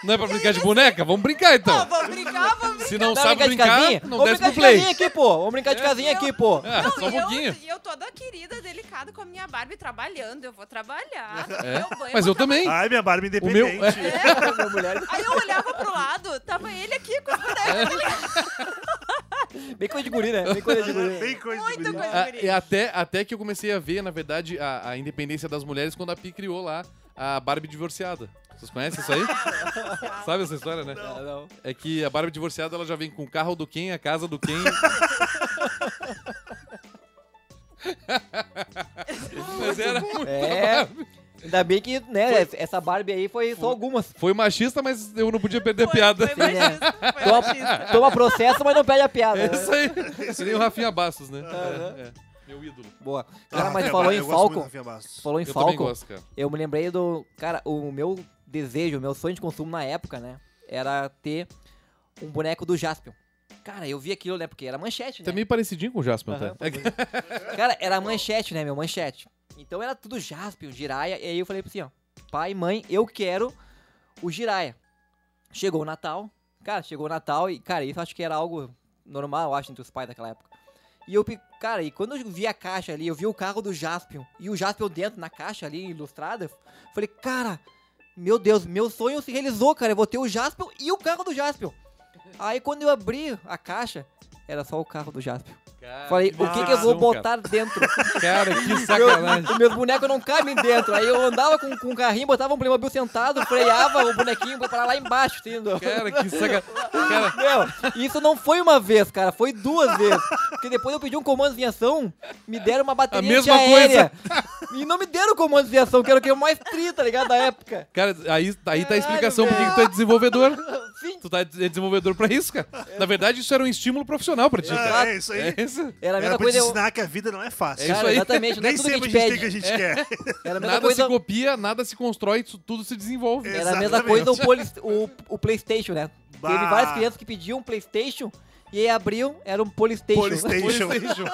S2: Não é pra brincar de boneca? Vamos brincar então.
S4: vou brincar, vou brincar.
S2: Se não
S3: Dá
S2: sabe brincar, não
S3: Vamos
S2: desce
S3: brincar
S2: pro
S3: de
S2: play.
S3: casinha aqui, pô. Vamos brincar de casinha aqui, pô.
S2: Ah, só um
S4: e eu-
S2: pouquinho.
S4: E eu, toda querida, delicada com a minha Barbie trabalhando. Eu vou trabalhar.
S2: É,
S4: meu banho,
S2: mas
S4: vou É.
S2: eu também.
S1: Ai, minha Barbie
S2: O meu-
S1: independente.
S3: Minha mulher-
S4: Aí eu olhava pro lado, tava ele aqui com as bonecas.
S3: Bem coisa de guri, né? Bem coisa de guri.
S1: Bem coisa de
S4: Muita
S1: guri.
S4: coisa
S2: Ah,
S4: bonita.
S2: e até, até que eu comecei a ver, na verdade, a, a independência das mulheres quando a Pi criou lá a Barbie divorciada. Vocês conhecem isso aí? Sabe essa história, né?
S3: Ah, não.
S2: É que a Barbie divorciada ela já vem com o carro do Ken, a casa do Ken. Mas era muito
S3: É. Ainda bem que, né, essa Barbie aí foi só algumas.
S2: Foi machista, mas eu não podia perder a
S4: Foi-
S2: piada. assim, né?
S4: Foi machista, foi
S3: Toma,
S4: machista.
S3: toma processo, mas não perde a piada.
S2: É
S3: né?
S2: isso aí. Que nem o Rafinha Bastos, né? É, é. Meu ídolo.
S3: Boa.
S1: Ah,
S3: Cara, mas
S1: Rafinha
S3: falou
S1: Bastos,
S3: em
S1: eu gosto muito do
S3: Falcon.
S1: Rafinha Bastos.
S3: Falou em
S2: Eu também
S3: Falcon.
S2: gosto, cara.
S3: Eu me lembrei do. Cara, o meu desejo, o meu sonho de consumo na época, né? Era ter um boneco do Jaspion. Cara, eu vi aquilo, né? Porque era manchete, né?
S2: Também é parecidinho com o Jasper,
S3: Aham,
S2: até. É que-
S3: Cara, era manchete, né, meu? Manchete. Então era tudo Jaspion, Jiraya. E aí eu falei pra assim, ó. Pai, mãe, eu quero o Jiraya. Chegou o Natal. Cara, chegou o Natal e, cara, isso eu acho que era algo normal, eu acho, entre os pais daquela época. E eu, pe- cara, e quando eu vi a caixa ali, eu vi o carro do Jaspion e o Jaspion dentro na caixa ali, ilustrada, eu falei, cara, meu Deus, meu sonho se realizou, cara, eu vou ter o Jaspion e o carro do Jaspion. Aí quando eu abri a caixa, era só o carro do Jaspion. Falei, o que, que eu vou
S2: decepção,
S3: botar dentro?
S2: É Cara, que sacanagem.
S3: Meu, meus bonecos não cabem dentro. Aí eu andava com, com um carrinho, botava um Playmobil sentado, freava o bonequinho pra lá embaixo, entendeu?
S2: Cara, que sacanagem. Cara,
S3: Meu, isso não foi uma vez, cara, foi duas vezes. Porque depois eu pedi um comando de ação, me deram uma bateria
S2: A mesma
S3: antiaérea. E não me deram comando de ação, que era o que eu mais tri, tá ligado? Da época.
S2: cara aí, aí tá a
S3: Caralho,
S2: explicação por que
S3: velho.
S2: que tu é desenvolvedor.
S3: Sim,
S2: Tu tá é desenvolvedor pra isso, cara. Na verdade, isso era um estímulo profissional pra ti, cara.
S1: Ah, É isso aí.
S2: É isso.
S3: era
S1: Era
S3: a
S1: pra
S3: mesma
S1: te
S3: coisa. eu-
S1: ensinar que a vida não é fácil.
S2: isso
S3: Cara,
S2: aí.
S3: exatamente, não é
S1: Nem
S3: tudo que a
S1: sempre a
S3: gente
S1: gente tem o que
S3: pede.
S1: a gente quer.
S3: Era a mesma
S2: Nada
S3: coisa.
S2: se copia, nada se constrói, isso tudo se desenvolve.
S1: É.
S3: Era a mesma
S1: Exatamente.
S3: coisa o, polis- o- o PlayStation, né?
S1: Bah.
S3: Teve várias crianças que pediam um PlayStation e aí abriam, era um PlayStation.
S1: Polystation.
S2: PlayStation.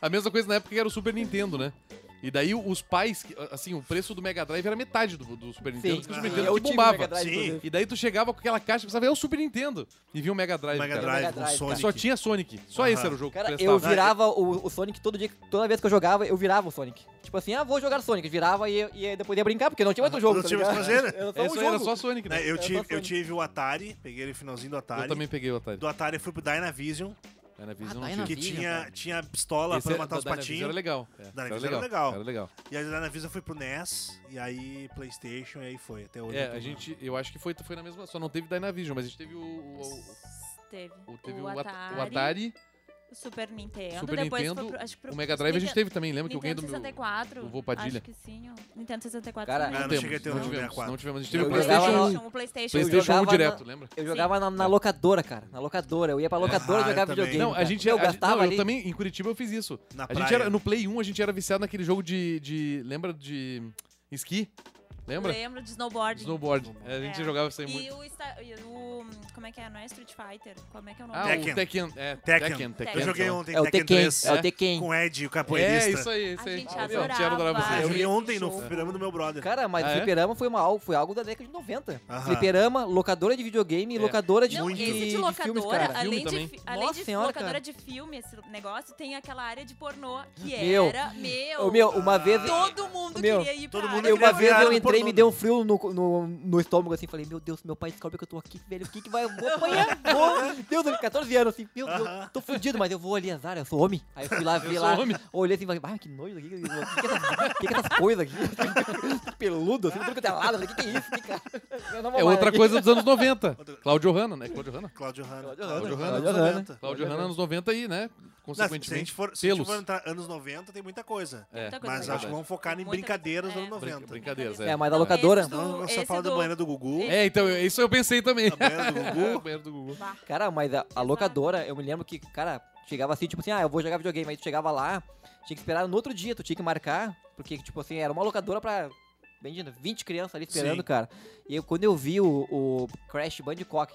S2: a mesma coisa na época que era o Super Nintendo, né? E daí os pais, que- assim, o preço do Mega Drive era metade do, do Super Nintendo,
S3: Sim,
S2: porque o
S1: aham.
S2: Super Nintendo
S3: eu
S2: que
S3: tive o Mega
S2: bombava.
S3: Drive,
S1: Sim.
S3: inclusive.
S2: E daí tu chegava com aquela caixa, pensava, é o Super Nintendo. E vinha o Mega Drive,
S1: Mega
S2: cara.
S1: Drive,
S3: Drive,
S1: com Sonic.
S2: Só tinha Sonic. Só
S1: Aham.
S2: esse era o jogo
S3: Cara,
S2: que
S3: eu
S2: prestava.
S3: virava o, o Sonic todo dia, toda vez que eu jogava, eu virava o Sonic. Tipo assim, ah, vou jogar Sonic. Virava e, e aí depois ia brincar, porque não tinha outro jogo.
S1: Não
S3: tá
S1: tinha mais o que
S3: ligado?
S1: fazer, né?
S3: Era só
S2: É,
S3: um
S2: isso aí
S3: jogo.
S2: era só Sonic, né?
S1: Né, Eu
S3: só
S1: tive, eu
S3: Sonic.
S1: tive o Atari, peguei ele finalzinho do Atari.
S2: Eu também peguei o Atari.
S1: Do Atari eu fui pro Dynavision,
S2: Dynavision
S3: Ah,
S2: não
S3: Dynavision.
S2: tive.
S1: que
S3: Dynavision,
S1: tinha,
S3: cara.
S1: tinha pistola
S2: Esse é
S1: pra
S2: era-
S1: matar os
S2: Dynavision Era
S1: patinhos.
S2: legal. É,
S1: Dynavision era legal.
S2: Era legal.
S1: E a Dynavision eu fui pro NES, e aí Playstation, e aí foi. Até hoje.
S2: É,
S1: eu tô-
S2: a gente, eu acho que foi, foi na mesma, só não teve Dynavision, mas a gente teve o, o- o-
S4: Teve.
S2: o- teve
S4: o,
S2: o, At-
S4: Atari,
S2: o Atari,
S4: o Super Nintendo.
S2: Super
S4: depois foi
S2: Nintendo,
S4: pro- acho que pro-
S2: o Mega Drive a gente
S4: Nintendo-
S2: teve também, lembra que eu ganhei
S4: Nintendo
S2: do meu...
S4: 64.
S2: do vô Padilha.
S4: Acho que sim. o Nintendo 64.
S3: Cara,
S1: Ah,
S4: também.
S1: não
S2: temos,
S1: cheguei a ter
S2: não
S1: um
S2: tivemos,
S1: 64.
S2: não tivemos. A gente teve
S3: Eu
S2: o
S3: jogava
S2: PlayStation 1,
S3: no-
S4: um PlayStation.
S3: eu
S2: PlayStation 1
S3: jogava
S2: direto,
S3: na-
S2: lembra?
S3: Eu jogava na, na locadora, cara. Na locadora. Eu ia pra locadora
S1: Ah, eu
S3: jogar
S1: Tá. também.
S3: videogame.
S2: Não, a
S3: cara.
S2: gente
S3: eu
S2: a gente-
S3: gastava
S2: não,
S3: ali.
S2: eu também, em Curitiba eu fiz isso.
S1: Na
S2: A gente
S1: praia.
S2: era, no Play 1 a gente era viciado naquele jogo de, de lembra de esqui? Lembra?
S4: Lembro de snowboard.
S2: Snowboard. É, a gente
S4: É.
S2: jogava isso aí muito.
S4: E o, Sta- e o- Como é que é? Não é Street Fighter? Como é que é o nome?
S2: Ah,
S1: Tekken.
S2: o Tekken. É,
S1: Tekken.
S2: Tekken.
S1: Eu
S4: Tekken.
S1: joguei
S2: sei lá.
S1: ontem
S3: É o
S1: Tekken
S3: Tekken.
S1: 3
S3: É o Tekken.
S1: com Ed, o
S2: então. É,
S1: capoeirista.
S2: isso aí, isso
S4: A
S2: aí.
S4: gente
S2: Ah,
S4: adorava.
S2: meu, tinha adorado você.
S4: Ah,
S1: eu
S4: esse
S1: vi ontem no
S4: jogo.
S1: programa do meu brother.
S3: Cara, mas
S2: Ah, é?
S3: fliperama foi, uma, al- foi algo da década de 90.
S1: Aham.
S3: Fliperama, locadora de videogame,
S2: É.
S3: locadora de,
S4: Não,
S1: Muito.
S4: esse
S3: de,
S4: de
S3: de
S4: locadora,
S3: filmes, cara.
S2: Filme
S4: além, de,
S2: também.
S4: fi- além
S3: Nossa
S4: de
S3: senhora,
S4: locadora
S3: cara.
S4: de filme, esse negócio, tem aquela área de pornô que
S3: Meu.
S4: era, meu,
S3: Ô, meu, uma vez...
S4: todo mundo mundo
S3: Meu,
S4: queria ir pra
S1: todo mundo
S4: área.
S3: Eu, uma
S1: queria
S3: vez
S1: virar
S3: eu
S1: no
S3: entrei e me
S1: pornô.
S3: deu um frio no, no, no estômago, assim, falei, meu Deus, meu pai descobre que eu tô aqui, velho, o que que vai, eu vou apanhar, vou, meu Deus, eu tinha 14 anos, assim, meu Deus,
S1: Aham.
S3: tô fudido, mas eu vou ali, azar, eu sou homem, aí eu fui lá, vi
S2: sou
S3: lá,
S2: homem.
S3: olhei assim, falei, ah, que nojo aqui, o que que é essas- o que que é essas coisas aqui, peludo, assim, tudo que tem lado, o que que é isso, que cara, eu não vou
S2: É
S3: mais
S2: outra
S3: aqui."
S2: coisa dos anos 90. Claudio Hanna, né? Claudio Hanna.
S1: Claudio Hanna.
S3: Claudio Hanna.
S1: Claudio
S3: Claudio
S1: anos
S3: Hanna.
S1: 90.
S2: Claudio Hanna, anos 90 e, né?
S1: Não, se a gente
S2: Consequentemente,
S1: for, se a gente
S2: pelos.
S1: for entrar anos 90, tem muita coisa.
S2: É,
S4: Muita coisa
S1: Mas
S4: legal.
S1: acho que vamos né? focar em
S4: Muita-
S1: brincadeiras dos
S4: é.
S1: anos
S2: brin-
S1: 90.
S2: brincadeiras, é.
S3: É, mas a locadora,
S4: Esse do-
S1: Não, eu só
S4: esse
S1: falo da
S4: do-
S1: banheira do Gugu.
S2: É, então, isso eu pensei também.
S1: A banheira do Gugu.
S2: A banheira do Gugu.
S3: Cara, mas a, a locadora, eu me lembro que, cara, chegava assim, tipo assim, ah, eu vou jogar videogame. Aí tu chegava lá, tinha que esperar no outro dia, tu tinha que marcar, porque, tipo assim, era uma locadora pra, imagina, 20 crianças ali esperando,
S1: Sim.
S3: cara. E eu, quando eu vi o, o Crash Bandicoot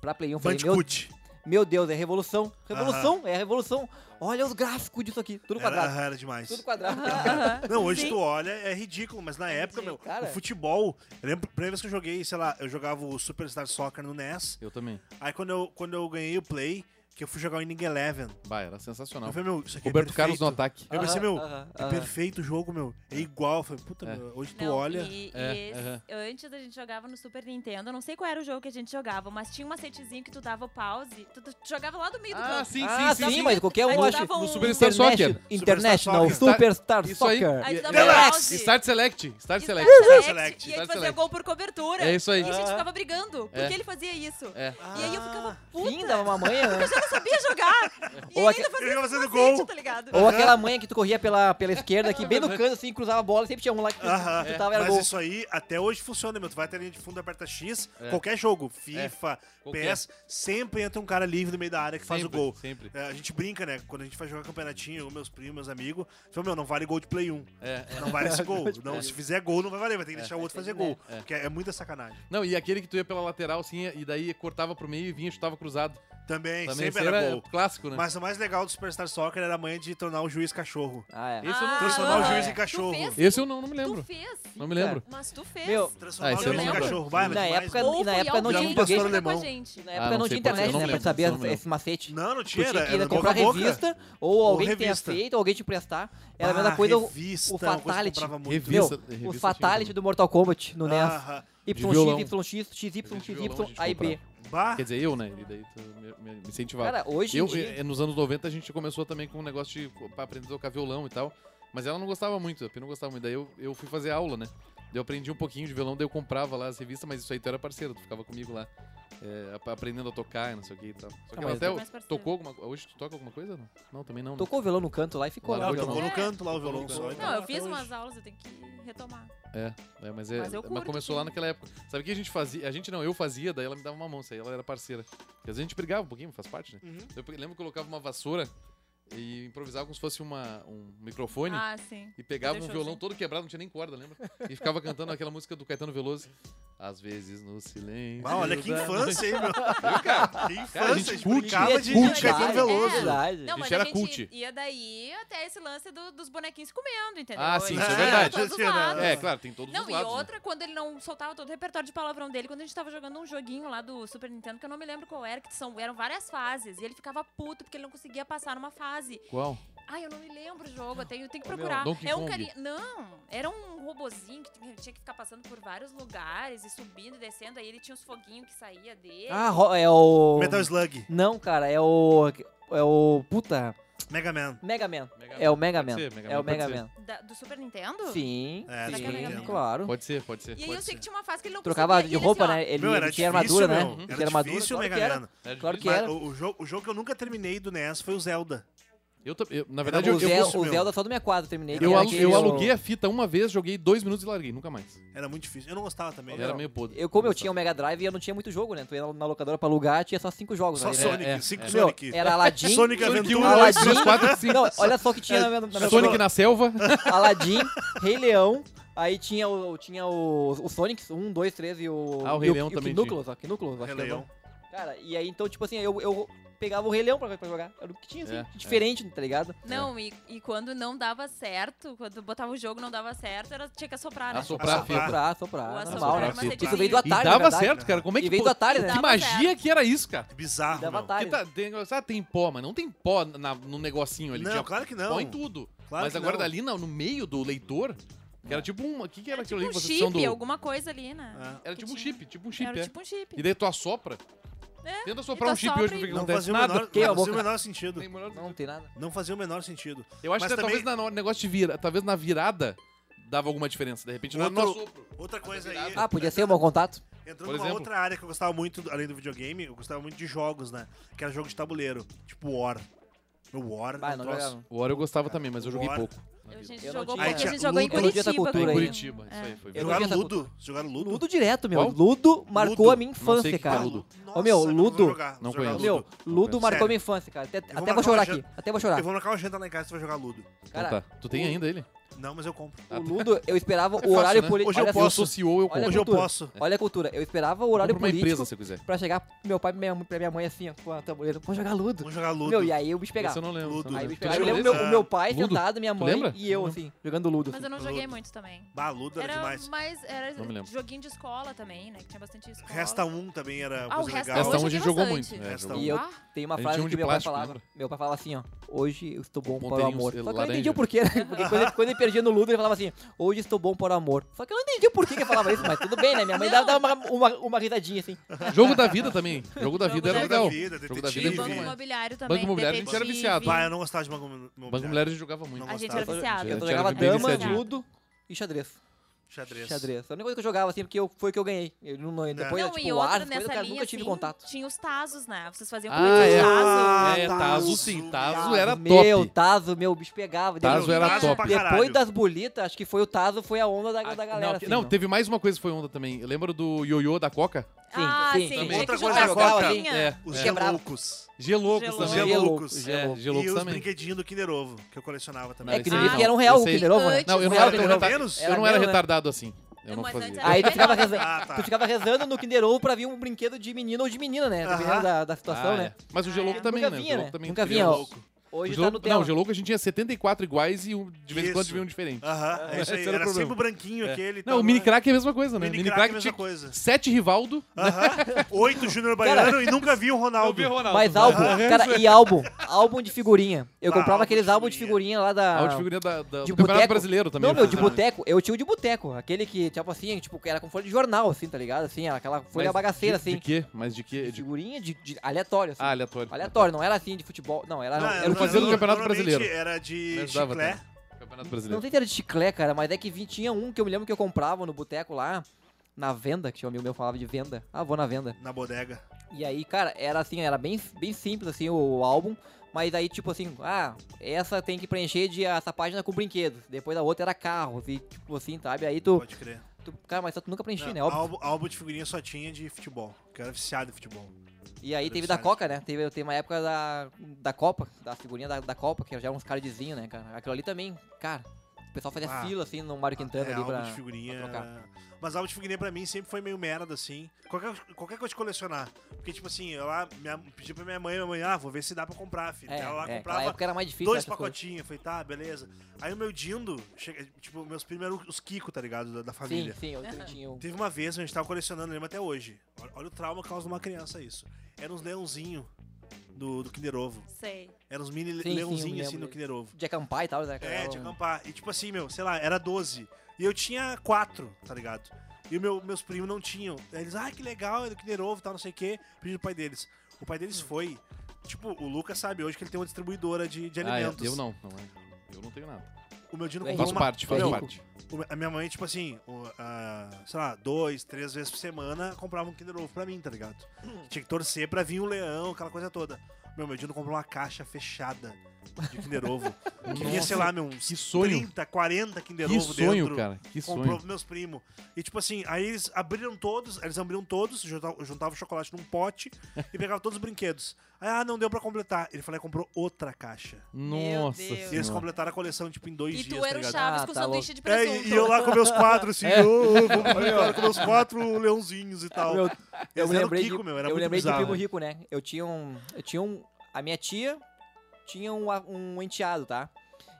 S3: pra Play 1, eu falei, meu,
S1: Bandicoot.
S3: meu Deus, é revolução. Revolução, é a revolução. Olha os gráficos disso aqui, tudo
S1: Era,
S3: quadrado.
S1: aham, era demais.
S3: Tudo quadrado.
S4: Aham.
S1: Não, hoje
S4: Sim.
S1: tu olha, é ridículo, mas na época,
S4: ridículo.
S1: meu,
S3: Cara.
S1: o futebol. Eu lembro, a primeira vez que eu joguei, sei lá, eu jogava o Superstar Soccer no NES.
S2: Eu também.
S1: Aí quando eu, quando eu ganhei o Play, que eu fui jogar o Inning Eleven.
S2: Bah, era sensacional.
S1: Eu falei, meu, isso aqui
S2: Roberto
S1: é perfeito.
S2: Carlos no ataque.
S1: Eu pensei, meu,
S3: Aham,
S1: é
S3: aham.
S1: perfeito o jogo, meu. É igual. Eu falei, puta,
S2: É.
S1: meu, hoje tu
S4: Ah. Não,
S1: olha.
S4: E, e
S2: É,
S4: esse-
S2: aham.
S4: antes a gente jogava no Super Nintendo, eu não sei qual era o jogo que a gente jogava, mas tinha um macetezinho que tu dava o pause, tu, tu jogava lá do meio do
S2: Ah,
S4: jogo.
S2: sim,
S3: ah,
S2: sim, sim.
S3: mas qualquer
S4: Aí
S3: um
S4: tu
S3: acha.
S4: dava um-
S2: No Superstar
S3: Interna-
S2: Soccer.
S3: International
S1: Superstar
S3: Superstar
S2: Isso aí.
S3: Soccer.
S4: Aí tu dava
S2: Relax.
S4: um pause.
S2: Start Select. Start Select.
S4: Start
S1: Select.
S4: Select. E aí
S2: Start
S4: tu fazia
S2: Select.
S4: gol por cobertura.
S2: É isso aí.
S4: E a gente
S3: Ah.
S4: ficava brigando, porque
S2: É.
S4: ele fazia isso.
S2: É.
S4: E aí eu ficava
S1: Ah,
S4: puta.
S3: Sim, dava uma manha, né?
S4: Eu não sabia jogar. E
S3: Ou
S4: ele ainda
S1: Ele
S4: fazia
S1: ia fazendo
S4: macete,
S1: gol.
S4: tá ligado?
S3: Ou aquela manha que tu corria pela, pela esquerda, que bem no canto, assim, cruzava a bola, sempre tinha um lá que tu,
S1: Aham.
S3: tu tava, era
S1: Mas
S3: gol.
S1: isso aí até hoje funciona, meu. Tu vai até a linha de fundo, aperta X,
S2: É.
S1: qualquer jogo, FIFA,
S2: Qualquer.
S1: PS, sempre entra um cara livre no meio da área que faz
S2: Sempre,
S1: o gol.
S2: Sempre.
S1: É, a gente brinca, né? Quando a gente vai jogar campeonatinho, eu, meus primos, meus amigos, fala, meu, não vale gol de play 1.
S2: É.
S1: Não vale esse gol. Não, se fizer gol, não vai valer, vai ter que deixar o outro fazer gol.
S2: É.
S1: Porque é muita sacanagem.
S2: Não, e aquele que tu ia pela lateral, assim, e daí cortava pro meio e vinha, chutava cruzado.
S1: Também,
S2: Também esse
S1: sempre era, gol.
S2: clássico, né?
S1: Mas o mais legal do Superstar Soccer era a manha de tornar o juiz cachorro.
S3: Ah, é.
S2: Esse eu não-
S1: Transformar o
S4: aham.
S1: juiz em
S3: Tu
S1: cachorro.
S4: fez?
S2: Esse eu não, não me
S4: Tu
S3: Então
S2: lembro.
S4: fez.
S2: Não me lembro.
S4: Mas tu fez.
S3: Meu,
S1: Transformar
S2: Ah,
S1: o
S2: esse eu
S1: juiz em
S2: não lembro.
S1: cachorro. Vai, era
S3: Na
S1: demais,
S3: época,
S1: né?
S3: E
S4: Ou
S3: na
S4: foi
S3: época não
S4: alguém
S3: tinha
S4: que
S1: pastor
S4: jogava com a
S1: alemão.
S4: gente.
S3: Na
S4: Né?
S3: época
S2: não
S3: não, tinha
S2: sei, pode ser, eu
S3: internet,
S2: não
S3: né, pra
S2: lembro,
S3: saber
S2: isso eu não
S3: esse macete.
S1: Não, não
S3: Tu
S1: tinha.
S3: tinha que
S1: Era
S3: ir comprar
S1: boca a boca.
S3: revista, ou alguém que tenha
S1: revista.
S3: feito, ou alguém te emprestar. Era a
S1: Ah,
S3: mesma coisa, o-
S1: revista,
S3: o
S1: uma coisa que eu
S3: Fatality.
S1: comprava muito.
S2: Revista, né?
S3: meu,
S2: revista
S3: o
S2: tinha
S3: Fatality
S2: também.
S3: do Mortal Kombat no NES.
S1: Aham.
S2: violão.
S3: YX, XY,
S2: De violão
S3: XY,
S2: a gente
S3: A e B.
S2: comprava.
S1: Bah.
S2: Quer dizer, eu, né? E daí tu me, me- me incentivava.
S3: Cara, hoje
S2: eu,
S3: em dia...
S2: eh, nos anos 90, a gente começou também com um negócio de co- pra aprender a tocar violão e tal. Mas ela não gostava muito, a Pia não gostava muito. Daí eu, eu fui fazer aula, né? Daí eu aprendi um pouquinho de violão, daí eu comprava lá as revistas, mas isso aí tu era parceiro, tu ficava comigo lá. eh, ap- aprendendo a tocar e não sei o que e tal. Só que
S3: Ah,
S2: ela
S3: mas
S2: até
S4: eu- Mais parceiro.
S2: tocou alguma coisa. Hoje tu toca alguma coisa? Não, não também não. né?
S3: Tocou o violão no canto lá e ficou
S2: Lá,
S3: lá.
S1: Ah,
S3: o
S2: violão.
S1: tocou
S3: violão.
S1: no canto lá o violão só. e
S4: Não,
S1: tá
S4: eu
S1: lá
S4: fiz
S1: até
S4: umas
S1: hoje.
S4: aulas, eu tenho que retomar.
S2: É, mas, é,
S4: Mas eu curto,
S2: começou lá
S4: sim.
S2: naquela época. Sabe que a gente fazia? A gente não, eu fazia, daí ela me dava uma mão, isso aí ela era parceira. Porque às vezes a gente brigava um pouquinho, faz parte, né?
S1: Uhum.
S2: Eu pe- lembro que eu colocava uma vassoura e improvisava como se fosse uma, um microfone.
S4: Ah, sim.
S2: E pegava um
S4: Fazer
S2: violão
S4: showzinho.
S2: todo quebrado, não tinha nem corda, lembra? E ficava cantando aquela música do Caetano Veloso. Às vezes no silêncio.
S1: Ah, olha que
S2: da
S1: infância, hein, meu?
S2: noite. Cara,
S1: Que infância.
S2: Cara, a gente curte.
S1: brincava de
S3: Curte,
S1: de Caetano
S4: vai.
S1: Veloso.
S4: É.
S3: Verdade.
S4: Não,
S2: A gente
S4: mas
S2: era
S4: a gente
S2: cult.
S4: ia daí até esse lance do- dos bonequinhos se comendo, entendeu?
S2: Ah, sim, isso é
S4: Ele-
S2: verdade.
S4: todos os
S1: É,
S4: lados.
S2: é, claro, tem todos
S4: Não,
S2: os
S4: e
S2: lados. né?
S4: outra, quando ele não soltava todo o repertório de palavrão dele, quando a gente tava jogando um joguinho lá do Super Nintendo, que eu não me lembro qual era, que são, eram várias fases, e ele ficava puto porque ele não conseguia passar numa fase.
S2: Qual?
S4: Ai, eu não me lembro o jogo, eu tenho, eu tenho que
S2: Ô, meu,
S4: procurar.
S2: Donkey
S4: é um
S2: Kong.
S4: carinha. Não, era um robozinho que tinha tinha que ficar passando por vários lugares e subindo e descendo, aí ele tinha uns foguinhos que saía dele.
S3: Ah, ro- é o...
S1: Metal Slug,
S3: Não, cara, é o... É o... Puta...
S1: Mega Man.
S3: Mega Man.
S2: Mega
S3: É o Mega Man.
S2: Pode ser, Mega
S3: É
S2: Man,
S3: o
S2: pode
S3: Mega
S2: ser.
S3: Man.
S4: Da- do Super Nintendo?
S3: Sim,
S1: É,
S3: sim,
S4: Mega Man.
S3: claro.
S2: Pode ser, pode ser.
S4: E aí
S2: pode
S4: eu sei
S2: ser.
S4: que tinha uma fase que ele não
S3: Trocava
S4: conseguia.
S3: de
S4: e ele
S3: roupa,
S4: assim, ó,
S3: né? Ele,
S1: Meu,
S3: ele
S1: era
S3: tinha
S1: difícil,
S3: armadura, né?
S1: meu.
S3: Ele
S1: Era
S3: tinha armadura.
S1: difícil o
S3: claro
S1: Mega
S3: que era.
S1: Man.
S2: Era
S3: Claro
S2: É difícil.
S3: que
S1: Mas
S3: era.
S1: o, o jogo, o jogo que eu nunca terminei do NES foi o Zelda.
S2: Eu, tam- eu- na verdade,
S1: o
S2: eu,
S3: O, Zel-
S2: eu,
S1: fosse,
S3: o
S1: meu.
S3: Zelda só do 64 eu terminei. que
S2: eu
S3: era
S2: alu-
S3: aquele-
S2: eu aluguei a fita uma vez, joguei dois minutos e larguei, nunca mais.
S1: Era muito difícil. Eu não gostava também.
S2: Ele era meio podre.
S3: Eu, como eu tinha o Mega Drive, eu não tinha muito jogo, né? Tu ia na locadora pra alugar, tinha só cinco jogos.
S1: Só
S3: ali, né?
S1: Sonic,
S2: é,
S1: cinco
S2: é.
S3: Meu,
S1: Sonic.
S3: Era Aladdin.
S1: Sonic um,
S2: Sonic
S1: Aventura,
S2: 1,
S1: Aladdin.
S2: 2, 3,
S3: Aladdin.
S2: 4 e 5.
S3: Não, olha só o que tinha na minha, na minha
S2: Sonic na selva.
S3: Aladdin, Rei Leão, aí tinha o, tinha o, o Sonic 1, 2, 3 e o.
S2: Ah, o Rei
S3: e
S2: Leão
S3: e
S2: também
S3: O Knuckles, ó, Knuckles,
S1: Rei
S3: acho que é o
S1: Leão.
S3: nome. Cara, e aí então, tipo assim, eu, eu pegava o Rei Leão pra, pra jogar. Era o que tinha, assim,
S2: É, é.
S3: diferente, tá ligado?
S4: Não, e, e quando não dava certo, quando botava o jogo e não dava certo, era, tinha que assoprar, né?
S2: Assoprar a fita.
S3: Soprar, soprar,
S4: Ou
S3: normal,
S4: assoprar,
S3: né?
S2: normal,
S4: mas ele
S2: Isso
S3: Isso veio do
S2: E
S3: Atari, na
S2: dava
S3: verdade.
S2: certo, cara. Como é que
S3: E veio
S2: pô-
S3: do Atari, né?
S2: Que
S4: Dava
S2: magia
S4: certo.
S2: que era isso, cara?
S1: Bizarro,
S3: Dava
S1: meu.
S3: Atari.
S2: Porque tá, tem, ah, tem pó, mas não tem pó na- no negocinho ali.
S1: Não,
S2: tinha
S1: claro que não.
S2: pó em tudo.
S1: Claro
S2: mas
S1: que
S2: agora
S1: não.
S2: dali na- no meio do leitor, Que era tipo um. O que, que era
S4: Era tipo
S2: aquilo ali?
S4: um
S2: que vocês são
S4: chip,
S2: do-
S4: alguma coisa ali, né?
S1: É.
S2: Era
S4: que
S2: tipo um
S4: tinha.
S2: chip, tipo um chip,
S4: era
S2: é.
S4: tipo um chip.
S2: E daí tu assopra.
S4: É,
S2: Tenta soprar um chip
S4: assopra
S2: hoje pra
S4: e-
S2: ver o que
S1: Não
S2: acontece.
S1: fazia, o
S2: Nada.
S1: menor,
S3: Quem é
S1: não
S3: a
S1: fazia o
S3: boca?
S1: menor sentido.
S2: Nem melhor-
S3: Não, não tem nada.
S1: Não fazia o menor sentido.
S2: Eu acho
S1: Mas
S2: que talvez
S1: também-
S2: na- no negócio de vira, talvez na virada dava alguma diferença. De repente, não era no
S1: Outro-
S2: assopro.
S1: Outra coisa aí.
S2: virada.
S3: Ah, podia ser um bom contato?
S1: Entrando
S2: Por
S1: numa
S2: exemplo?
S1: outra área que eu gostava muito, além do videogame, eu gostava muito de jogos, né? Que era jogo de tabuleiro. Tipo War. O War.
S3: Ah,
S1: é um
S3: não
S1: troço-
S3: jogava.
S2: O Hora eu gostava
S1: É.
S2: também, mas eu joguei
S1: Bora.
S2: pouco.
S4: A gente
S3: Eu não
S4: jogou
S3: tinha-
S4: porque a
S2: é
S1: Aí
S4: gente
S1: tinha
S4: jogou em
S1: Ludo. Eu não
S3: tinha essa
S4: Curitiba.
S2: Em
S3: cultura aí.
S4: também.
S2: Curitiba, isso
S4: É.
S2: aí foi.
S3: Eu
S2: verdade.
S1: Jogaram
S3: essa
S1: Ludo? Jogaram Ludo?
S3: Ludo direto, meu.
S2: Qual?
S3: Ludo marcou a minha
S2: Não sei
S3: infância,
S2: o que é
S3: cara.
S2: Ludo.
S1: Nossa,
S3: Ô, meu,
S1: cara,
S3: Ludo.
S1: vamos jogar, vamos
S2: Não
S1: jogar
S2: conheço.
S1: Ludo.
S3: Meu, tá. Ludo
S2: Sério.
S3: marcou minha infância, cara. Até, até
S1: marcar
S3: vou chorar
S1: uma
S3: aqui. Até vou chorar.
S1: Eu vou marcar uma janta lá em casa e tu vai jogar Ludo.
S3: Cara,
S2: Então tá. Tu tem
S3: o-
S2: ainda ele? tá.
S1: Não, mas eu compro.
S3: o Ludo, eu esperava
S2: É
S3: o
S2: fácil,
S3: horário
S2: né?
S3: político.
S1: Hoje eu
S3: olha,
S1: posso.
S2: Eu associo ou eu compro.
S3: olha a
S1: Hoje eu
S3: cultura.
S1: posso.
S3: Olha a cultura. Eu esperava o
S2: Eu
S3: horário
S2: compro uma
S3: político
S2: empresa, se eu quiser.
S3: pra chegar pro meu pai e minha, pra minha mãe assim, ó, com a tabuleira. Vamos jogar Ludo.
S1: Vamos jogar Ludo.
S3: Meu, e aí eu me pegava.
S2: Esse eu não lembro.
S1: Ludo.
S2: esse eu não lembro.
S3: Aí eu, me
S2: Tu
S3: pegava. Aí eu
S1: lembra
S2: lembra
S3: lembro
S1: desse?
S3: meu, é o meu pai
S2: Ah, Ludo?
S3: sentado, minha
S2: Tu
S3: mãe
S2: lembra?
S3: e eu,
S2: Não.
S3: assim, jogando Ludo.
S4: Mas
S3: assim.
S4: eu não
S1: Ludo.
S4: joguei muito também.
S1: Bah, Ludo era,
S4: Era
S1: demais.
S4: mais era
S2: Não me lembro.
S4: joguinho de escola também, né? Que tinha bastante escola.
S1: Resta 1 também era
S4: Ah, o
S1: coisa
S4: Resta
S1: legal.
S2: Resta um
S4: eu
S2: a gente
S4: joguei
S2: jogou
S4: bastante.
S2: muito. É,
S1: Resta
S2: jogou
S1: um.
S3: E
S2: muito.
S3: eu
S4: Ah.
S3: tenho uma
S2: Ele
S3: frase
S2: tinha um
S3: que
S2: de
S3: meu
S2: plástico,
S3: pai falava.
S2: lembra?
S3: Meu pai falava assim, ó. Hoje eu estou bom
S2: Com
S3: para o
S2: ponteirinhos
S3: amor. Só que eu não
S2: laranja.
S3: entendi o porquê, né? Porque quando, quando ele perdia no Ludo, ele falava assim, hoje estou bom para o amor. Só que eu não entendi o porquê que ele falava isso, mas tudo bem, né? Minha mãe dava, dava uma, uma, uma risadinha, assim.
S2: Jogo da vida também. Jogo da vida era
S1: Jogo da
S2: legal.
S1: vida,
S2: Jogo da
S1: detetive.
S2: vida
S4: E
S2: é
S4: o Banco
S1: Tive.
S2: era
S4: Imobiliário também.
S2: Imobiliário, a gente era
S4: detetive.
S2: viciado.
S1: Bah, eu não gostava de Banco Imobiliário.
S2: Banco Mulher a gente jogava muito.
S1: Não
S4: A gente
S1: gostava.
S4: era viciado.
S3: Eu
S2: Gente,
S3: jogava
S2: era bem
S3: dama,
S2: viciadinho.
S3: Ludo e xadrez.
S1: Xadrez.
S3: Xadrez. A única coisa que eu jogava, assim, porque eu, foi o que eu ganhei. Eu não- depois,
S4: Não,
S3: tipo,
S4: e
S3: o
S4: outra
S3: ar, coisa,
S4: nessa
S3: cara,
S4: linha,
S3: nunca tive
S4: assim,
S3: contato.
S4: tinha os tazos, né? Vocês faziam
S2: Ah,
S4: ah,
S2: é.
S4: tazo.
S1: Ah,
S2: É, Tazo sim. Tazo
S1: Tazo
S2: era
S3: Meu,
S2: top.
S3: Tazo, meu, o bicho pegava.
S2: Tazo
S3: Depois-
S2: era
S1: Tazo
S2: top.
S1: pra
S3: Depois
S1: caralho.
S3: das bolitas, acho que foi o Tazo, foi a onda da, da galera.
S2: Ah, Não,
S3: assim,
S2: não, teve mais uma coisa que foi onda também. Lembra do ioiô da Coca?
S4: Ah,
S3: Sim,
S4: sim.
S3: sim.
S4: tinha
S1: Outra
S4: que
S1: coisa
S4: jogar
S1: da
S4: com a
S1: Coca.
S4: bolinha.
S2: É.
S1: Os
S2: é.
S3: Quebrava.
S1: geloucos.
S2: Geloucos
S1: Os
S4: Os
S2: também.
S1: geloucos.
S3: geloucos.
S2: É,
S1: E
S2: geloucos
S1: os
S2: também.
S1: brinquedinhos do Kinder Ovo, que eu colecionava também.
S3: É que
S2: esse
S3: nem
S2: aí
S3: disse que era um
S2: não.
S3: real o
S2: Esse aí-
S3: Kinder Ovo, né?
S4: Antes-
S2: Não, eu não
S3: Real
S2: era
S3: de
S2: tão
S3: novo.
S2: retardado.
S1: Menos?
S2: Eu não
S3: Era
S2: era
S3: menos, né?
S2: retardado assim. Eu não
S4: Mas
S2: fazia.
S4: era-
S3: Aí tu ficava,
S4: melhor, né?
S3: rezando,
S1: Ah, tá.
S3: tu ficava rezando no Kinder Ovo pra vir um brinquedo de menino ou de menina, né?
S1: Aham.
S3: Dependendo da, da situação,
S2: Ah,
S3: né?
S2: é. Mas o
S4: Ah,
S2: Gelouco
S4: é.
S2: também,
S3: Nunca
S2: né? O
S3: vinha,
S2: Gelouco
S3: né?
S2: também.
S3: Nutella.
S1: Vinha
S3: vinha, ó.
S1: louco.
S3: Hoje
S2: O
S3: tá
S2: Gelouco,
S3: no
S2: não, o Gelouco a gente tinha 74 iguais e um- de vez em quando
S1: Isso.
S2: vinha um diferente.
S1: Aham, é isso aí.
S2: Esse era o
S1: Era
S2: problema.
S1: sempre o branquinho aquele. e
S2: não,
S1: tal,
S2: o Mini
S1: né?
S2: Crack é a mesma coisa, né?
S1: Mini
S2: Mini
S1: crack é a
S2: Crack
S1: mesma
S2: tinha
S1: coisa.
S2: sete Rivaldo.
S1: Aham. Oito Júnior Baiano e nunca vi o Ronaldo.
S2: Ronaldo.
S3: Mas álbum, cara, e álbum, álbum de figurinha. Eu
S1: Bah,
S3: comprava
S1: Ah, álbum
S3: aqueles
S1: de
S3: álbuns de figurinha lá da...
S2: Áudio figurinha da, da,
S3: de
S2: do Campeonato
S3: boteco.
S2: Brasileiro também. né?
S3: Não, meu,
S2: eu
S3: de
S2: fazia.
S3: boteco. Eu tinha o de boteco. Aquele que, tipo assim, tipo, que era com folha de jornal, assim, tá ligado? Assim, era aquela folha
S2: Mas
S3: bagaceira,
S2: de,
S3: assim.
S2: De quê? Mas de quê?
S3: De
S2: De...
S3: figurinha de, de aleatório, assim.
S2: Ah, aleatório.
S3: Aleatório, não era assim de futebol. Não, era,
S1: Não,
S3: era
S1: não,
S3: o que
S2: fazia no
S3: vinha.
S2: Campeonato
S1: normalmente
S2: Brasileiro.
S1: Era de
S2: Me ajudava
S1: chiclé.
S2: Campeonato
S3: Não
S2: Brasileiro.
S3: sei se era de chiclé, cara, mas é que vi- tinha um que eu me lembro que eu comprava no boteco lá, na venda, que tinha um amigo meu que falava de venda. Ah, vou na venda.
S1: Na bodega.
S3: E aí, cara, era assim, era bem, bem simples assim o, o álbum, mas aí tipo assim, ah, essa tem que preencher de essa página com brinquedos, depois a outra era carros e tipo assim, sabe? Aí tu,
S1: Pode crer.
S3: tu- cara, mas tu nunca preenchi, né?
S1: Não,
S3: Óbvio.
S1: álbum, álbum de figurinha só tinha de futebol. Que eu era viciado em futebol.
S3: E aí
S1: Era
S3: teve da
S1: viciado.
S3: Coca, né? Teve, teve uma época da, da Copa, da figurinha da, da Copa, que já era uns cardzinhos, né, cara? Aquilo ali também, cara, o pessoal fazia
S1: Ah,
S3: fila assim no Mário Quintana
S1: é,
S3: ali
S1: álbum
S3: pra.
S1: de figurinha.
S3: pra trocar.
S1: era- Mas álbum de figurinha pra mim sempre foi meio merda, assim. Qualquer, qualquer coisa de colecionar. Porque, tipo assim, eu lá minha, pedi pra minha mãe, minha mãe, ah, vou ver se dá pra comprar, filho.
S3: É,
S1: Ela lá
S3: é, aquela
S1: Então, comprava
S3: época era mais difícil.
S1: dois
S3: né, essas coisas.
S1: pacotinhos. Eu Falei, tá, beleza. Aí o meu Dindo, chega- tipo, meus primos eram os Kiko, tá ligado? Da, da família.
S3: Sim, sim, eu eu tinha um.
S1: Teve uma vez, a gente tava colecionando, eu lembro até hoje. Olha, olha o trauma que causa de uma criança isso. Eram uns leãozinhos do, do Kinder Ovo.
S4: Sei.
S1: Eram uns mini
S3: sim, eu
S1: leãozinhos, assim, do
S3: lembro
S1: Kinder Ovo.
S3: De acampar e tal, né? cara?
S1: É,
S2: Então
S1: de acampar. E tipo assim, meu, sei lá, era 12. E eu tinha 4, tá ligado? E o meu, meus primos não tinham. Aí Eles, ah, que legal, é do Kinder Ovo, tal, não sei o quê. Pediram pro pai deles. O pai
S2: Hum.
S1: deles foi. Tipo, o Lucas sabe hoje que ele tem uma distribuidora de, de
S2: Ah, é,
S1: alimentos.
S2: eu não. É, não é. Eu não tenho nada.
S1: O meu Dino
S3: Faço
S1: comprou
S2: Faço
S1: uma...
S2: parte, faço
S1: Meu,
S2: parte.
S1: o- A minha mãe, tipo assim, o- a- sei lá, dois, três vezes por semana comprava um Kinder Ovo pra mim, tá ligado?
S4: Hum.
S1: Tinha que torcer pra vir o leão, aquela coisa toda. Meu, meu Dino comprou uma caixa fechada de Kinder Ovo. que vinha,
S2: Nossa,
S1: sei lá, meu, uns
S2: que sonho.
S1: 30, 40 Kinder
S2: Que
S1: Ovo
S2: sonho,
S1: dentro.
S2: cara. Que
S1: Comprou
S2: sonho.
S1: pros meus primos. E tipo assim, aí eles abriram todos, eles abriam todos, juntavam, juntavam o chocolate num pote e pegavam todos os brinquedos. Aí, ah, não deu pra completar. Ele falou, "Aí comprou outra caixa.
S2: Nossa
S4: Deus.
S1: E eles
S2: senhora.
S1: completaram a coleção, tipo, em dois
S4: E
S1: dias,
S4: tu
S1: tá
S4: era o
S1: ligado?
S4: Chaves
S3: Ah,
S4: com
S3: tá
S4: sanduíche de
S1: É,
S4: presunto.
S1: e- e eu lá com meus quatro, assim,
S3: É.
S1: ô, ô, vamos brincar com meus quatro leãozinhos e tal.
S3: Meu,
S1: Eles
S3: eu me
S1: eram
S3: lembrei,
S1: Kiko,
S3: de,
S1: meu, era
S3: eu
S1: muito
S3: lembrei de
S1: bizarro.
S3: primo rico, né? Eu tinha um, eu tinha um, a minha tia tinha um, a- um enteado, tá?